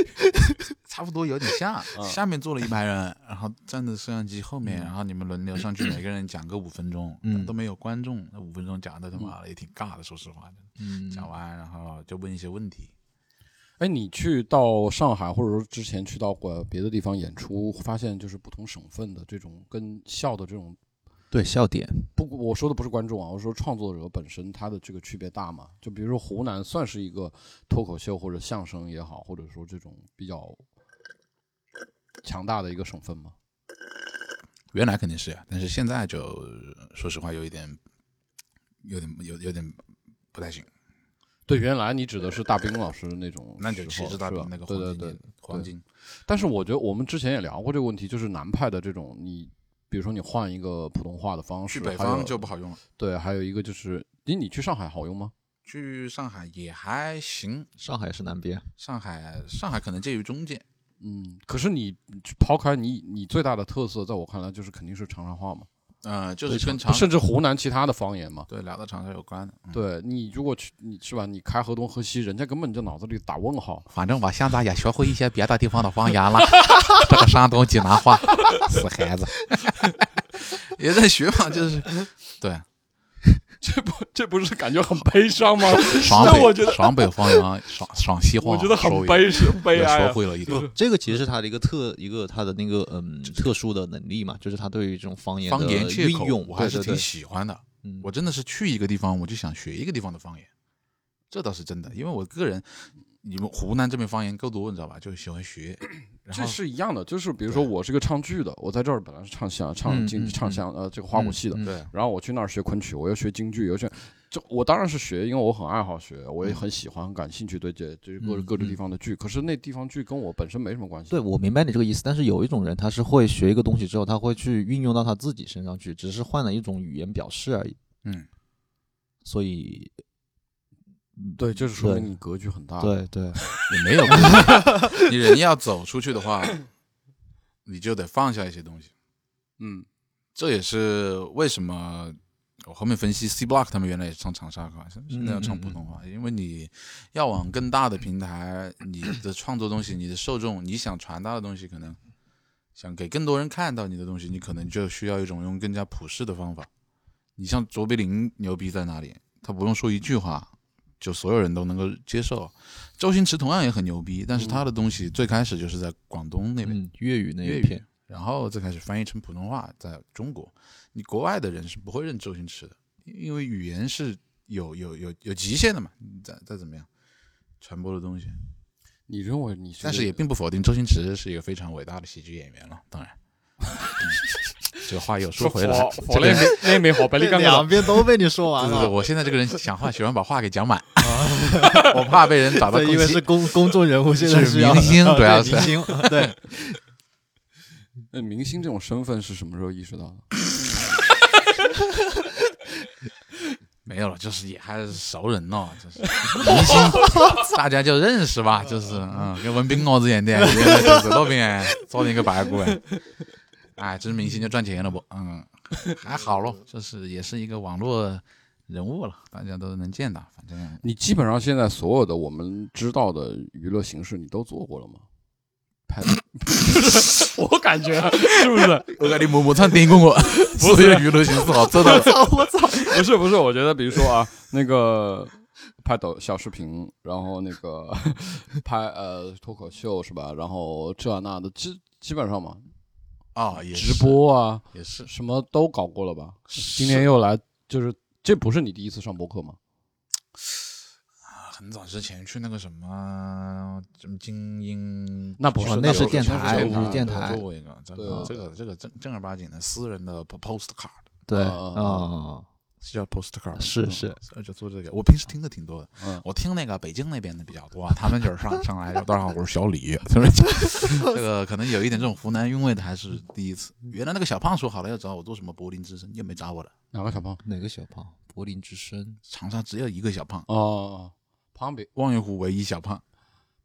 Speaker 3: 差不多有点像
Speaker 1: 嗯。
Speaker 3: 下面坐了一排人，然后站在摄像机后面，然后你们轮流 上去，每个人讲个五分钟，
Speaker 2: 嗯
Speaker 3: 都没有观众，那五分钟讲的他
Speaker 1: 嗯
Speaker 3: 妈的也挺尬的，说实话。
Speaker 2: 嗯
Speaker 3: 讲完然后就问一些问题，
Speaker 1: 哎，你去到上海，或者说之前去到过别的地方演出，发现就是不同省份的这种跟笑的这种，
Speaker 2: 对笑点，
Speaker 1: 不，我说的不是观众啊，我说创作者本身他的这个区别大嘛？就比如说湖南算是一个脱口秀或者相声也好，或者说这种比较强大的一个省份嘛。
Speaker 3: 原来肯定是呀，但是现在就说实话有一点，有点有有点不太行。
Speaker 1: 对，原来你指的是大兵老师的那种时候，
Speaker 3: 那就旗帜大
Speaker 1: 是吧
Speaker 3: 兵那个
Speaker 1: 对
Speaker 3: 黄
Speaker 1: 对
Speaker 3: 金
Speaker 1: 对
Speaker 3: 年，黄金，
Speaker 1: 但是我觉得我们之前也聊过这个问题，就是南派的这种，你比如说你换一个普通话的方式，
Speaker 3: 去北
Speaker 1: 还有
Speaker 3: 方就不好用了，
Speaker 1: 对，还有一个就是，你你去上海好用吗？
Speaker 3: 去上海也还行，
Speaker 2: 上海是南边，
Speaker 3: 上海上海可能介于中间，
Speaker 1: 嗯，可是你抛开你你最大的特色，在我看来就是肯定是长沙话嘛，
Speaker 3: 嗯，就
Speaker 1: 对
Speaker 3: 是跟
Speaker 1: 长
Speaker 3: 长
Speaker 1: 甚至湖南其他的方言嘛。
Speaker 3: 对聊到长沙有关的，嗯
Speaker 1: 对你如果去你是吧，你开河东河西，人家根本就脑子里打问号。
Speaker 3: 反正我现在也学会一些别的地方的方言了， 这个山东济南话，死孩子， 也在学嘛，就是对
Speaker 1: 这不这不是感觉很悲伤 吗？
Speaker 3: 陕
Speaker 1: 但我觉
Speaker 3: 北
Speaker 1: 得
Speaker 3: 陕北方 言、陕陕西话，
Speaker 1: 我觉得
Speaker 3: 稍
Speaker 1: 很
Speaker 3: 微
Speaker 1: 悲伤悲
Speaker 3: 也
Speaker 1: 哀
Speaker 3: 学
Speaker 1: 啊。
Speaker 3: 会了一点。
Speaker 2: 这个其实是他的一个特一个他的那个嗯特殊的能力嘛，就是他对于这种方言
Speaker 3: 方
Speaker 2: 的
Speaker 3: 言借
Speaker 2: 运
Speaker 3: 口
Speaker 2: 用，
Speaker 3: 我还是
Speaker 2: 对对
Speaker 3: 挺
Speaker 2: 对
Speaker 3: 喜欢的。
Speaker 2: 嗯
Speaker 3: 我真的是去一个地方，我就想学一个地方的方言，这倒是真的。因为我个人，你们湖南这边方言够多，你知道吧？就喜欢学。然
Speaker 1: 这
Speaker 3: 后
Speaker 1: 是一样的，就是比如说我是个唱剧的，我在这儿本来是唱相唱
Speaker 2: 嗯
Speaker 1: 京
Speaker 2: 嗯
Speaker 1: 唱
Speaker 2: 嗯
Speaker 1: 相呃这个花鼓戏的，
Speaker 2: 嗯嗯
Speaker 3: 对，
Speaker 1: 然后我去那儿学昆曲，我又学京剧，又学，就我当然是学，因为我很爱好学，我也很喜欢、很感兴趣对这这各
Speaker 2: 嗯
Speaker 1: 各个
Speaker 2: 嗯
Speaker 1: 地方的剧。可是那地方剧跟我本身没什么关系。
Speaker 2: 对，我明白你这个意思，但是有一种人，他是会学一个东西之后，他会去运用到他自己身上去，只是换了一种语言表示而已。
Speaker 3: 嗯，
Speaker 2: 所以，
Speaker 1: 对，就是说
Speaker 2: 对
Speaker 1: 明你格局很
Speaker 3: 啊
Speaker 1: 大。，
Speaker 2: 对对，
Speaker 3: 也没有。 你人要走出去的话，你就得放下一些东西。
Speaker 1: 嗯，
Speaker 3: 这也是为什么我后面分析 C Block 他们原来也是唱长沙话，现在要唱普通话，因为你要往更大的平台，你的创作东西、你的受众、你想传达的东西，可能想给更多人看到你的东西，你可能就需要一种用更加普世的方法。你像卓别林牛逼在哪里？他不用说一句话，就所有人都能够接受。周星驰同样也很牛逼，但是他的东西最开始就是在广东那边。
Speaker 2: 嗯，粤语那
Speaker 3: 粤
Speaker 2: 一
Speaker 3: 语
Speaker 2: 片，
Speaker 3: 然后再开始翻译成普通话，在中国，你国外的人是不会认周星驰的，因为语言是有有有有极限的嘛，你再再怎么样传播的东西，
Speaker 1: 你认为你
Speaker 3: 但是也
Speaker 1: 并
Speaker 3: 并不否定周星驰是一个非常伟大的喜剧演员了，当然。 这话又说回来，这个人
Speaker 1: 那没
Speaker 3: 哦
Speaker 1: 好白
Speaker 2: 这两边都被你说完
Speaker 3: 对对对，
Speaker 2: 了，
Speaker 3: 我现在这个人讲话喜欢把话给讲满，我怕被人找到
Speaker 2: 啊对，
Speaker 3: 攻
Speaker 2: 因为
Speaker 3: 击
Speaker 2: 是。公公众人物，现在
Speaker 3: 是
Speaker 2: 要
Speaker 3: 明 星
Speaker 2: 啊
Speaker 3: 主要
Speaker 2: 对
Speaker 3: 是
Speaker 2: 明星，对，
Speaker 1: 那明星这种身份是什么时候意识到的？
Speaker 3: 没有了，就是也还是熟人哦，就是明星，大家就认识吧，就是嗯，跟文斌熬子演的，原来就是那边造了一个白骨哎，哎，这是明星就赚钱了不？嗯，还好咯，就是也是一个网络人物了，大家都能见到，反正
Speaker 1: 你基本上现在所有的我们知道的娱乐形式，你都做过了吗？拍
Speaker 5: 我感觉是不是？
Speaker 3: 我跟你摸摸唱点过我，所有娱乐形式好做到
Speaker 1: 不是不是，我觉得比如说啊，那个 拍抖小视频，然后那个 拍呃脱口秀是吧？然后这那的，基基本上嘛，
Speaker 3: 啊，也
Speaker 1: 直播啊，
Speaker 3: 也是，
Speaker 1: 什么都搞过了吧？
Speaker 3: 是
Speaker 1: 今年又来，就是这不是你第一次上播客吗？
Speaker 3: 啊很早之前去那个什么什么精英，
Speaker 1: 那不
Speaker 2: 是那
Speaker 3: 那
Speaker 2: 是电台
Speaker 1: 那是
Speaker 2: 电台
Speaker 3: 啊做过一个，这
Speaker 1: 对啊
Speaker 3: 个这个这个正正儿八经的私人的 postcard
Speaker 2: 对
Speaker 1: 啊啊
Speaker 2: 啊，
Speaker 3: 是叫 postcard
Speaker 2: 是是，
Speaker 3: 嗯就做这个。我平时听的挺多的，
Speaker 1: 嗯
Speaker 3: 我听那个北京那边的比较多，啊他们就是上上来就大家好，我是小李，就是 这个可能有一点这种湖南韵味的，还是第一次。原来那个小胖说好了要找我做什么柏林之声，又没找我了。
Speaker 1: 哪个小胖？
Speaker 2: 哪个小胖？柏林之声，
Speaker 3: 长沙只有一个小胖，
Speaker 1: 哦，旁边
Speaker 3: 望月湖唯一小胖，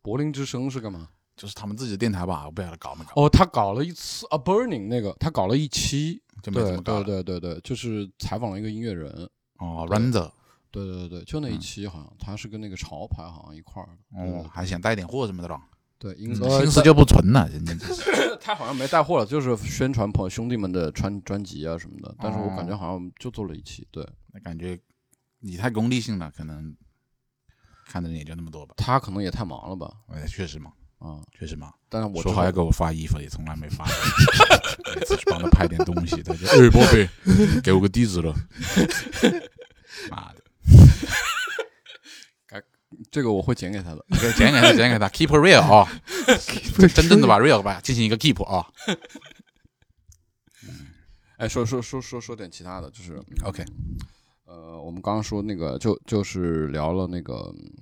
Speaker 1: 柏林之声是干嘛？
Speaker 3: 就是他们自己的电台吧，我不晓得搞没搞，
Speaker 1: 哦，他搞了一次啊，Burning 那个，他搞了一期，
Speaker 3: 就没
Speaker 1: 对
Speaker 3: 怎么搞
Speaker 1: 对
Speaker 3: 了。
Speaker 1: 对对对，就是采访了一个音乐人，
Speaker 3: 哦，Ranger，
Speaker 1: 对对对对，就那一期好像他是跟那个潮牌好像一块儿的，
Speaker 3: 哦，还想带点货什么的了，
Speaker 1: 对，应该
Speaker 3: 心嗯思就不纯了，人家
Speaker 1: 呃他好像没带货了，就是宣传朋友兄弟们的专专辑啊什么的，但是我感
Speaker 3: 哦
Speaker 1: 觉好像就做了一期，对
Speaker 3: 感觉你太功利性了，可能看的人也就那么多吧。
Speaker 1: 他可能也太忙了吧，
Speaker 3: 哎，确实嘛，
Speaker 1: 啊，
Speaker 3: 确实嘛。
Speaker 1: 但是我
Speaker 3: 说
Speaker 1: 知
Speaker 3: 好要
Speaker 1: 道
Speaker 3: 给我发衣服，也从来没 发过。每次去帮他拍点东西，他就 哎，宝贝，给我个地址了。 妈的，
Speaker 1: 这个我会剪给他的，
Speaker 3: 你给剪给他，剪给他，keep it real 啊、真真正的把 real 吧进行一个 keep 啊、
Speaker 1: 哎，说说说说说点其他的，就是
Speaker 3: OK，
Speaker 1: 呃，我们刚刚说那个就就是聊了那个嗯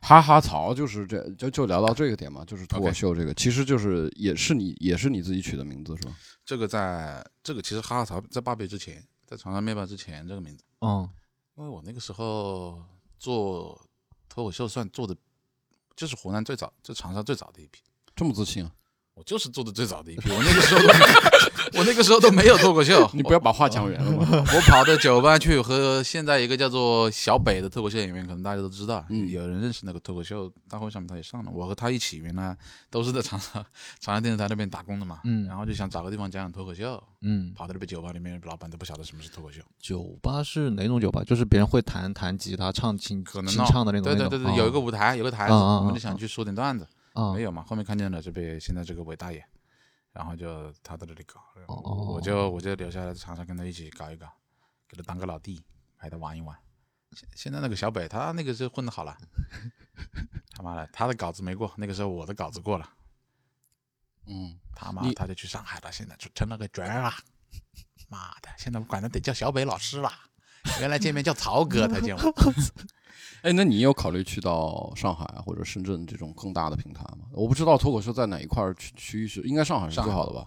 Speaker 1: 哈哈槽，就是这就就聊到这个点嘛，就是脱口
Speaker 3: OK
Speaker 1: 秀这个，其实就是也是你也是你自己取的名字是吧？
Speaker 3: 这个在这个其实哈哈潮在八倍之前，在长沙灭霸之前，这个名字。
Speaker 2: 嗯，
Speaker 3: 因为我那个时候做脱口秀算做的，就是湖南最早，就长沙最早的一批。
Speaker 1: 这么自信啊？
Speaker 3: 我就是做的最早的一批，我那个时候都，我那个时候都没有 脱口 秀。
Speaker 1: 你不要把话
Speaker 3: 哦
Speaker 1: 讲圆了嘛。
Speaker 3: 我跑到酒吧去和现在一个叫做小北的脱口秀演员，可能大家都知道，
Speaker 1: 嗯
Speaker 3: 有人认识那个脱口秀大会上面他也上了，我和他一起原来都是在长沙长沙电视台那边打工的嘛，
Speaker 2: 嗯
Speaker 3: 然后就想找个地方讲讲脱口秀，
Speaker 2: 嗯，
Speaker 3: 跑到那边酒吧里面，老板都不晓得什么是脱口秀，
Speaker 2: 酒吧是哪种酒吧？就是别人会弹弹吉他、唱清
Speaker 3: 可
Speaker 2: 清
Speaker 3: 能哦
Speaker 2: 唱的那种。
Speaker 3: 对对对对，有一个舞台，有个台子，
Speaker 2: 啊啊啊
Speaker 3: 我们就想去说点段子，
Speaker 2: 啊，
Speaker 3: 没有嘛，后面看见了这边现在这个韦大爷，然后就他在这里搞，然后
Speaker 2: 哦
Speaker 3: 我就我就留下来在长沙跟他一起搞一搞，给他当个老弟，陪他玩一玩。现现在那个小北他那个时候混的好 了，他妈的他的稿子没过，那个时候我的稿子过了，
Speaker 1: 嗯，
Speaker 3: 他妈
Speaker 1: 你
Speaker 3: 他就去上海了，现在就成了个角儿了，妈的，现在我管他得叫小北老师了，原来见面叫曹
Speaker 2: 嗯
Speaker 3: 哥，他见我。
Speaker 1: 哎，那你有考虑去到上海啊或者深圳这种更大的平台吗？我不知道脱口秀在哪一块儿区区域是，应该上海是
Speaker 3: 上海
Speaker 1: 最好的吧？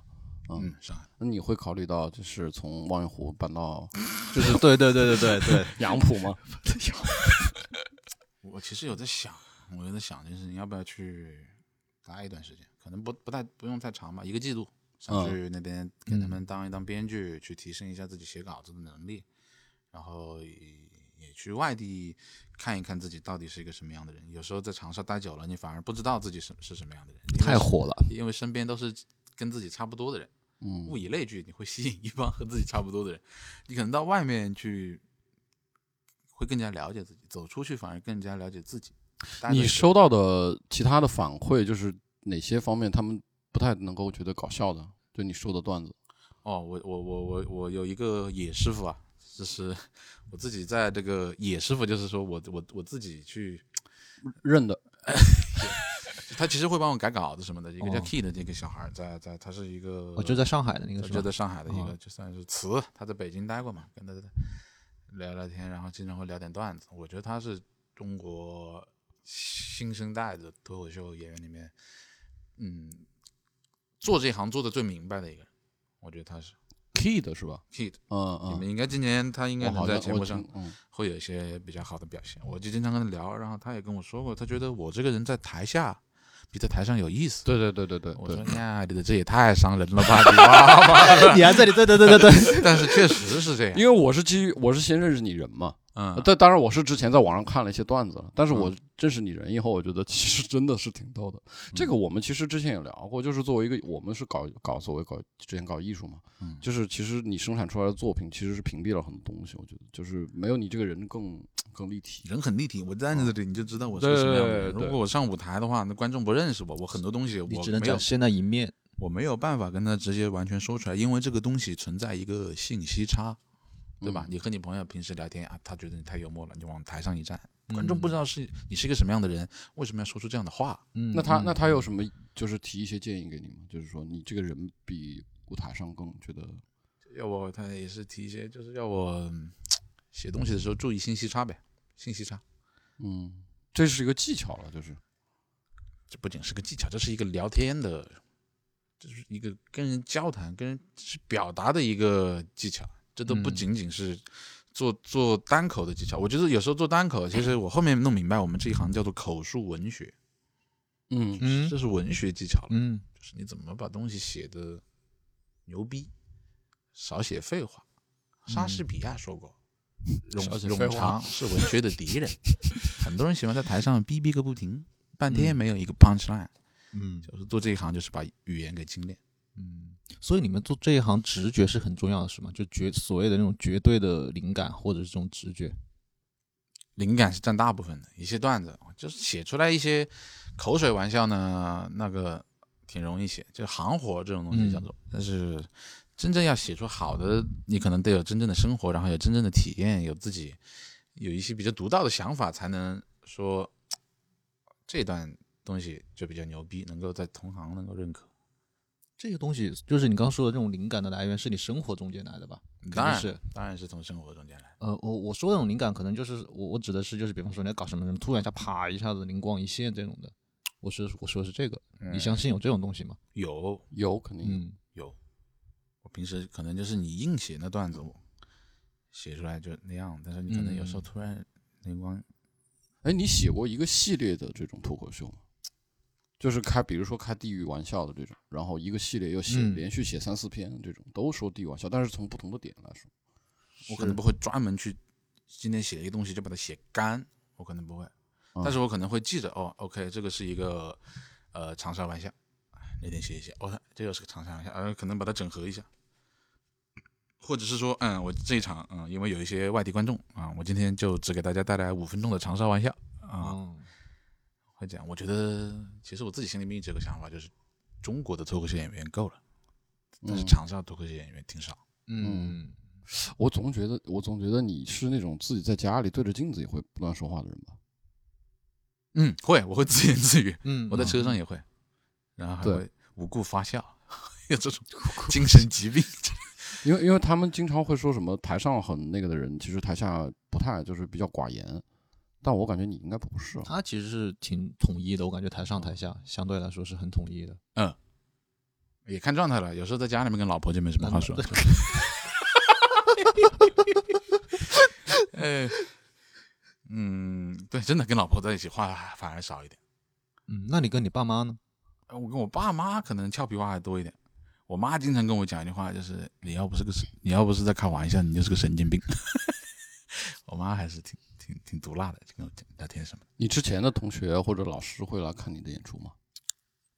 Speaker 3: 嗯，上海
Speaker 1: 那你会考虑到就是从望月湖搬 到
Speaker 2: 就是对对对对对对，
Speaker 1: 杨浦吗？
Speaker 3: 我其实有在想，我有在想这件事情，要不要去待一段时间？可能不不太不用太长吧，一个季度想
Speaker 1: 嗯
Speaker 3: 去那边给他们当一当编剧，去提升一下自己写稿子的能力，然后也也去外地看一看自己到底是一个什么样的人。有时候在长沙待久了，你反而不知道自己是是什么样的人，因为
Speaker 2: 太火了。
Speaker 3: 因为身边都是跟自己差不多的人。
Speaker 1: 嗯
Speaker 3: 物以类聚，你会吸引一帮和自己差不多的人。你可能到外面去，会更加了解自己，走出去反而更加了解自己。待着也
Speaker 1: 你
Speaker 3: 是
Speaker 1: 收到的其他的反馈就是哪些方面他们不太能够觉得搞笑的？就你说的段子，
Speaker 3: 哦，我我我我我有一个野师傅啊，就是 我自己在这个野师傅，就是说我我我自己去，
Speaker 1: 认的
Speaker 3: 他其实会帮我改稿子什么的。一个叫
Speaker 2: 哦
Speaker 3: Key 的这个小孩儿，在在他是一个，
Speaker 1: 哦
Speaker 2: 我就在上海的那个
Speaker 3: 他
Speaker 2: 是
Speaker 3: 就
Speaker 2: 吧
Speaker 3: 在？上海的一个，
Speaker 2: 哦
Speaker 1: 嗯
Speaker 3: 就算是词，他在北京待过嘛，跟他聊聊天，然后经常会聊点段子。我觉得他是中国新生代的脱口秀演员里面，嗯，做这一行做的最明白的一个人。我觉得他是
Speaker 1: Kid 是吧？
Speaker 3: Kid，
Speaker 1: 嗯
Speaker 3: 你
Speaker 1: 嗯，
Speaker 3: 们应该今年他应该
Speaker 1: 我好
Speaker 3: 能在
Speaker 1: 像
Speaker 3: 节
Speaker 1: 我
Speaker 3: 目
Speaker 1: 听
Speaker 3: 上
Speaker 1: 嗯
Speaker 3: 会有一些比较好的表现。我就经常跟他聊，然后他也跟我说过，他觉得我这个人在台下比在台上有意思。
Speaker 1: 对对对对对
Speaker 3: 我说哎
Speaker 1: 对，
Speaker 3: 呀，你的这也太伤人了吧！你妈妈的
Speaker 2: 你还在里？对对对对 对，
Speaker 3: 但是确实是这样。
Speaker 1: 因为我是基于我是先认识你人嘛，
Speaker 3: 嗯，
Speaker 1: 但当然我是之前在网上看了一些段子，但是我认识你人以后，我觉得其实真的是挺逗的。这个我们其实之前也聊过，就是作为一个我们是搞搞所谓搞之前搞艺术嘛，
Speaker 3: 嗯
Speaker 1: 就是其实你生产出来的作品其实是屏蔽了很多东西，我觉得就是没有你这个人更更立体。
Speaker 3: 人很立体，我站在这里你就知道我是
Speaker 1: 对
Speaker 3: 个什么样的
Speaker 1: 对
Speaker 3: 人。
Speaker 1: 对
Speaker 3: 如果我上舞台的话，那观众不认识我，我很多东西我
Speaker 2: 你只能
Speaker 3: 没有
Speaker 2: 展现那一面。
Speaker 3: 我没有办法跟他直接完全说出来，因为这个东西存在一个信息差，对吧？
Speaker 1: 嗯
Speaker 3: 你和你朋友平时聊天啊，他觉得你太幽默了，你往台上一站，观众不知道是你是一个什么样的人，为什么要说出这样的话？
Speaker 2: 嗯，
Speaker 1: 那他
Speaker 2: 嗯
Speaker 1: 那他有什么就是提一些建议给你吗？就是说你这个人比舞台上更觉得
Speaker 3: 要我他也是提一些，就是要我嗯写东西的时候注意信息差呗，信息差。
Speaker 1: 嗯，这是一个技巧了，就是
Speaker 3: 这不仅是个技巧，这是一个聊天的，这是一个跟人交谈、跟人是表达的一个技巧。这都不
Speaker 2: 嗯
Speaker 3: 仅仅是做、做单口的技巧。我觉得有时候做单口，其实我后面弄明白，我们这一行叫做口述文学，
Speaker 1: 嗯
Speaker 2: 嗯
Speaker 3: 这是文学技巧了，
Speaker 2: 嗯
Speaker 3: 就是你怎么把东西写的牛逼，少写废话。莎士比亚说过。
Speaker 1: 嗯少写
Speaker 3: 冗
Speaker 1: 废
Speaker 3: 冗
Speaker 1: 话
Speaker 3: 长是文学的 敌人，很多人喜欢在台上逼逼个不停，
Speaker 1: 嗯
Speaker 3: 半天没有一个 punch line。
Speaker 2: 嗯
Speaker 3: 就是做这一行就是把语言给精炼。
Speaker 2: 嗯，所以你们做这一行直觉是很重要的，是吗？就绝所谓的那种绝对的灵感或者是这种直觉。
Speaker 3: 灵感是占大部分的，一些段子就是写出来一些口水玩笑呢，那个挺容易写，就行活这种东西
Speaker 2: 嗯
Speaker 3: 叫做。但是真正要写出好的，你可能得有真正的生活，然后有真正的体验，有自己有一些比较独到的想法，才能说嘖这段东西就比较牛逼，能够在同行能够认可。
Speaker 2: 这些东西就是你刚刚说的这种灵感的来源，是你生活中间来的吧？
Speaker 3: 当然
Speaker 2: 是。
Speaker 3: 当然是从生活中间来。
Speaker 2: 呃，我我说的那种灵感，可能就是我我指的是就是，比方说你要搞什么什么，突然一下啪一下子灵光一现这种的。我是我说的是这个，
Speaker 3: 哎
Speaker 2: 你相信有这种东西吗？
Speaker 3: 有
Speaker 1: 有肯定有
Speaker 2: 嗯
Speaker 3: 有，我平时可能就是你硬写那段子，我写出来就那样，但是你可能有时候
Speaker 2: 嗯
Speaker 3: 突然灵光，
Speaker 1: 哎，你写过一个系列的这种脱口秀吗？就是开，比如说开地域玩笑的这种，然后一个系列又写、
Speaker 2: 嗯
Speaker 1: 连续写三四篇这种，都说地域玩笑，但是从不同的点来说，
Speaker 3: 我可能不会专门去今天写一个东西就把它写干，我可能不会，但是我可能会记着哦，OK，这个是一个呃长沙玩笑，哎那天写一写，哦，这又是个长沙玩笑，呃，可能把它整合一下。或者是说，嗯，我这一场，嗯，因为有一些外地观众啊，我今天就只给大家带来五分钟的长沙玩笑啊，
Speaker 2: 嗯
Speaker 3: 会这样。我觉得其实我自己心里面一直有个想法，就是中国的脱口秀演员够了，但是
Speaker 1: 嗯
Speaker 3: 长沙脱口秀演员挺少。
Speaker 2: 嗯，
Speaker 1: 我总觉得，我总觉得你是那种自己在家里对着镜子也会不断说话的人吧？
Speaker 3: 嗯，会，我会自言自语，
Speaker 2: 嗯
Speaker 3: 我在车上也会，然后还
Speaker 1: 对
Speaker 3: 会无故发笑， 有这种精神疾病。
Speaker 1: 因为因为他们经常会说什么台上很那个的人，其实台下不太，就是比较寡言。但我感觉你应该不是啊，
Speaker 2: 他其实是挺统一的，我感觉台上台下相对来说是很统一的。
Speaker 3: 也看状态了，有时候在家里面跟老婆就没什么
Speaker 1: 嗯
Speaker 3: 话说。呃， 嗯，对，真的跟老婆在一起话反而少一点。
Speaker 2: 嗯，那你跟你爸 妈呢？
Speaker 3: 呃我跟我爸妈可能俏皮话还多一点。我妈经常跟我讲一句话，就是你要不是个神，你要不是在开玩笑，你就是个神经病。 我妈还是挺挺挺毒辣的，就跟我讲聊天什么的。
Speaker 1: 你之前的同学或者老师会来看你的演出吗？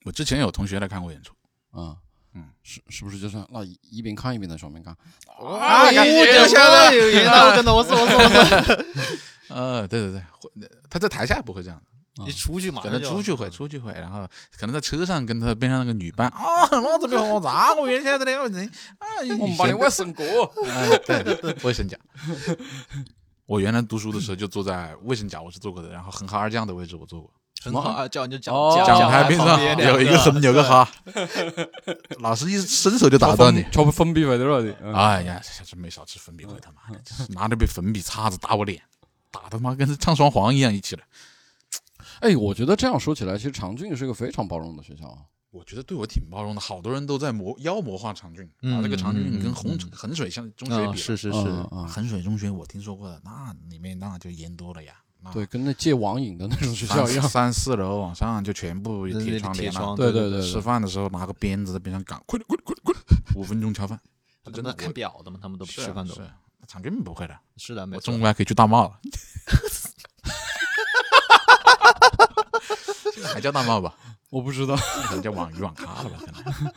Speaker 3: 我之前有同学来看过演出，
Speaker 1: 啊，
Speaker 3: 嗯，
Speaker 1: 是是不是就是那一一边看一边在上面看？
Speaker 3: 啊感
Speaker 2: 哎
Speaker 3: 觉有啊
Speaker 2: 相当有味道，真的，我是我是我 是。
Speaker 3: 呃，对对对，会他在台下不会这样的，
Speaker 2: 一出去马
Speaker 3: 可
Speaker 2: 上
Speaker 3: 能
Speaker 2: 就
Speaker 3: 出去会，出去会，然后可能在车上跟他边上那个女伴啊，老子被轰炸，我原先在那个人啊，以前
Speaker 1: 外省国。
Speaker 3: 哎，对，卫生角。我原来读书的时候就坐在卫生角，我是坐过的，然后横哈二将的位置我坐过，
Speaker 2: 很好啊，叫你就讲
Speaker 1: 哦
Speaker 2: 讲
Speaker 3: 讲台
Speaker 2: 台
Speaker 3: 边
Speaker 2: 旁边
Speaker 3: 上
Speaker 2: 两
Speaker 3: 有一个横，有个哈，老师一伸手就打到 你。
Speaker 1: 超分别为的了你。
Speaker 3: 哎呀，这真没少吃粉笔灰，他妈的，真是拿着被粉笔叉子打我脸，打他妈跟唱双簧一样一起了。
Speaker 1: 哎，我觉得这样说起来，其实长郡是一个非常包容的学校啊。
Speaker 3: 我觉得对我挺包容的。好多人都在魔妖魔化长郡，
Speaker 2: 嗯
Speaker 3: 把这个长郡
Speaker 2: 嗯
Speaker 3: 跟
Speaker 2: 嗯
Speaker 3: 衡
Speaker 2: 嗯
Speaker 3: 衡水像中学比
Speaker 2: 啊，
Speaker 3: 了，
Speaker 2: 是是
Speaker 1: 嗯
Speaker 2: 是，
Speaker 1: 嗯
Speaker 3: 衡水中学我听说过的，那里面那就严多了呀。那
Speaker 1: 对，跟那戒网瘾的那种学
Speaker 3: 三
Speaker 1: 校一样。
Speaker 3: 三四楼往上就全部铁窗
Speaker 2: 铁
Speaker 3: 帘了
Speaker 2: 窗，。啊
Speaker 1: 对
Speaker 2: 对
Speaker 1: 对对
Speaker 3: 吃饭的时候拿个鞭子在边上赶，快点快点快点快 点，五分钟敲饭。这真
Speaker 2: 真的
Speaker 3: 的
Speaker 2: 看表的嘛，他们都
Speaker 3: 我
Speaker 2: 不
Speaker 3: 是
Speaker 2: 吃
Speaker 3: 啊
Speaker 2: 饭都
Speaker 3: 是啊，长军不会的，
Speaker 2: 是的，没
Speaker 3: 我
Speaker 2: 错
Speaker 3: 终于还可以去大帽了。 现在还叫大帽吧？
Speaker 1: 我不知道，
Speaker 3: 可能叫网鱼网咖了吧？可能。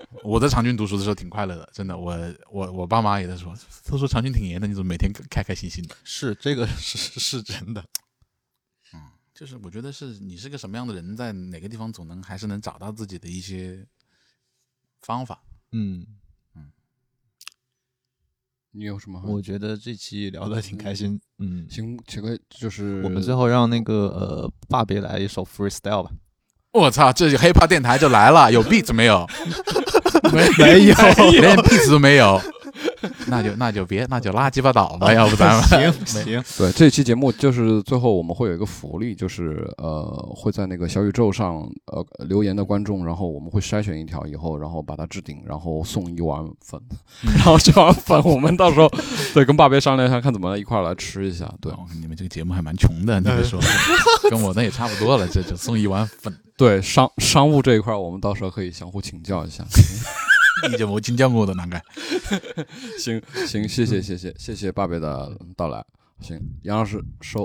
Speaker 3: 我在长军读书的时候挺快乐的，真的。我我我爸妈也在说，都说长军挺严的，你怎么每天开开心心的？
Speaker 2: 是这个 是是是真的，
Speaker 3: 就是我觉得是你是个什么样的人，在哪个地方总能还是能找到自己的一些方法。
Speaker 2: 嗯，
Speaker 1: 你有什么？
Speaker 2: 我觉得这期聊的挺开心，嗯，
Speaker 1: 行，这个就是
Speaker 2: 我们最后让那个呃爸别来一首 freestyle 吧，
Speaker 3: 我操，这黑怕电台就来了，有 beat 没 有？
Speaker 1: 没
Speaker 2: 没有，
Speaker 3: 连 beat 都没有，那就那就别，那就拉鸡巴倒吧，要不咱们
Speaker 2: 行行，
Speaker 1: 对，这期节目就是最后我们会有一个福利，就是呃会在那个小宇宙上呃留言的观众，然后我们会筛选一条以后，然后把它置顶，然后送一碗粉，
Speaker 2: 嗯
Speaker 1: 然后这碗粉我们到时候对跟爸贝商量一下，看怎么来一块儿来吃一下。对
Speaker 3: 哦你们这个节目还蛮穷的，你别说，跟我那也差不多了，这就送一碗粉。
Speaker 1: 对，商商务这一块儿我们到时候可以相互请教一下。
Speaker 3: 你就没请教过的，难怪。
Speaker 1: 行行，谢谢谢谢谢谢爸贝的到来。行，杨老师收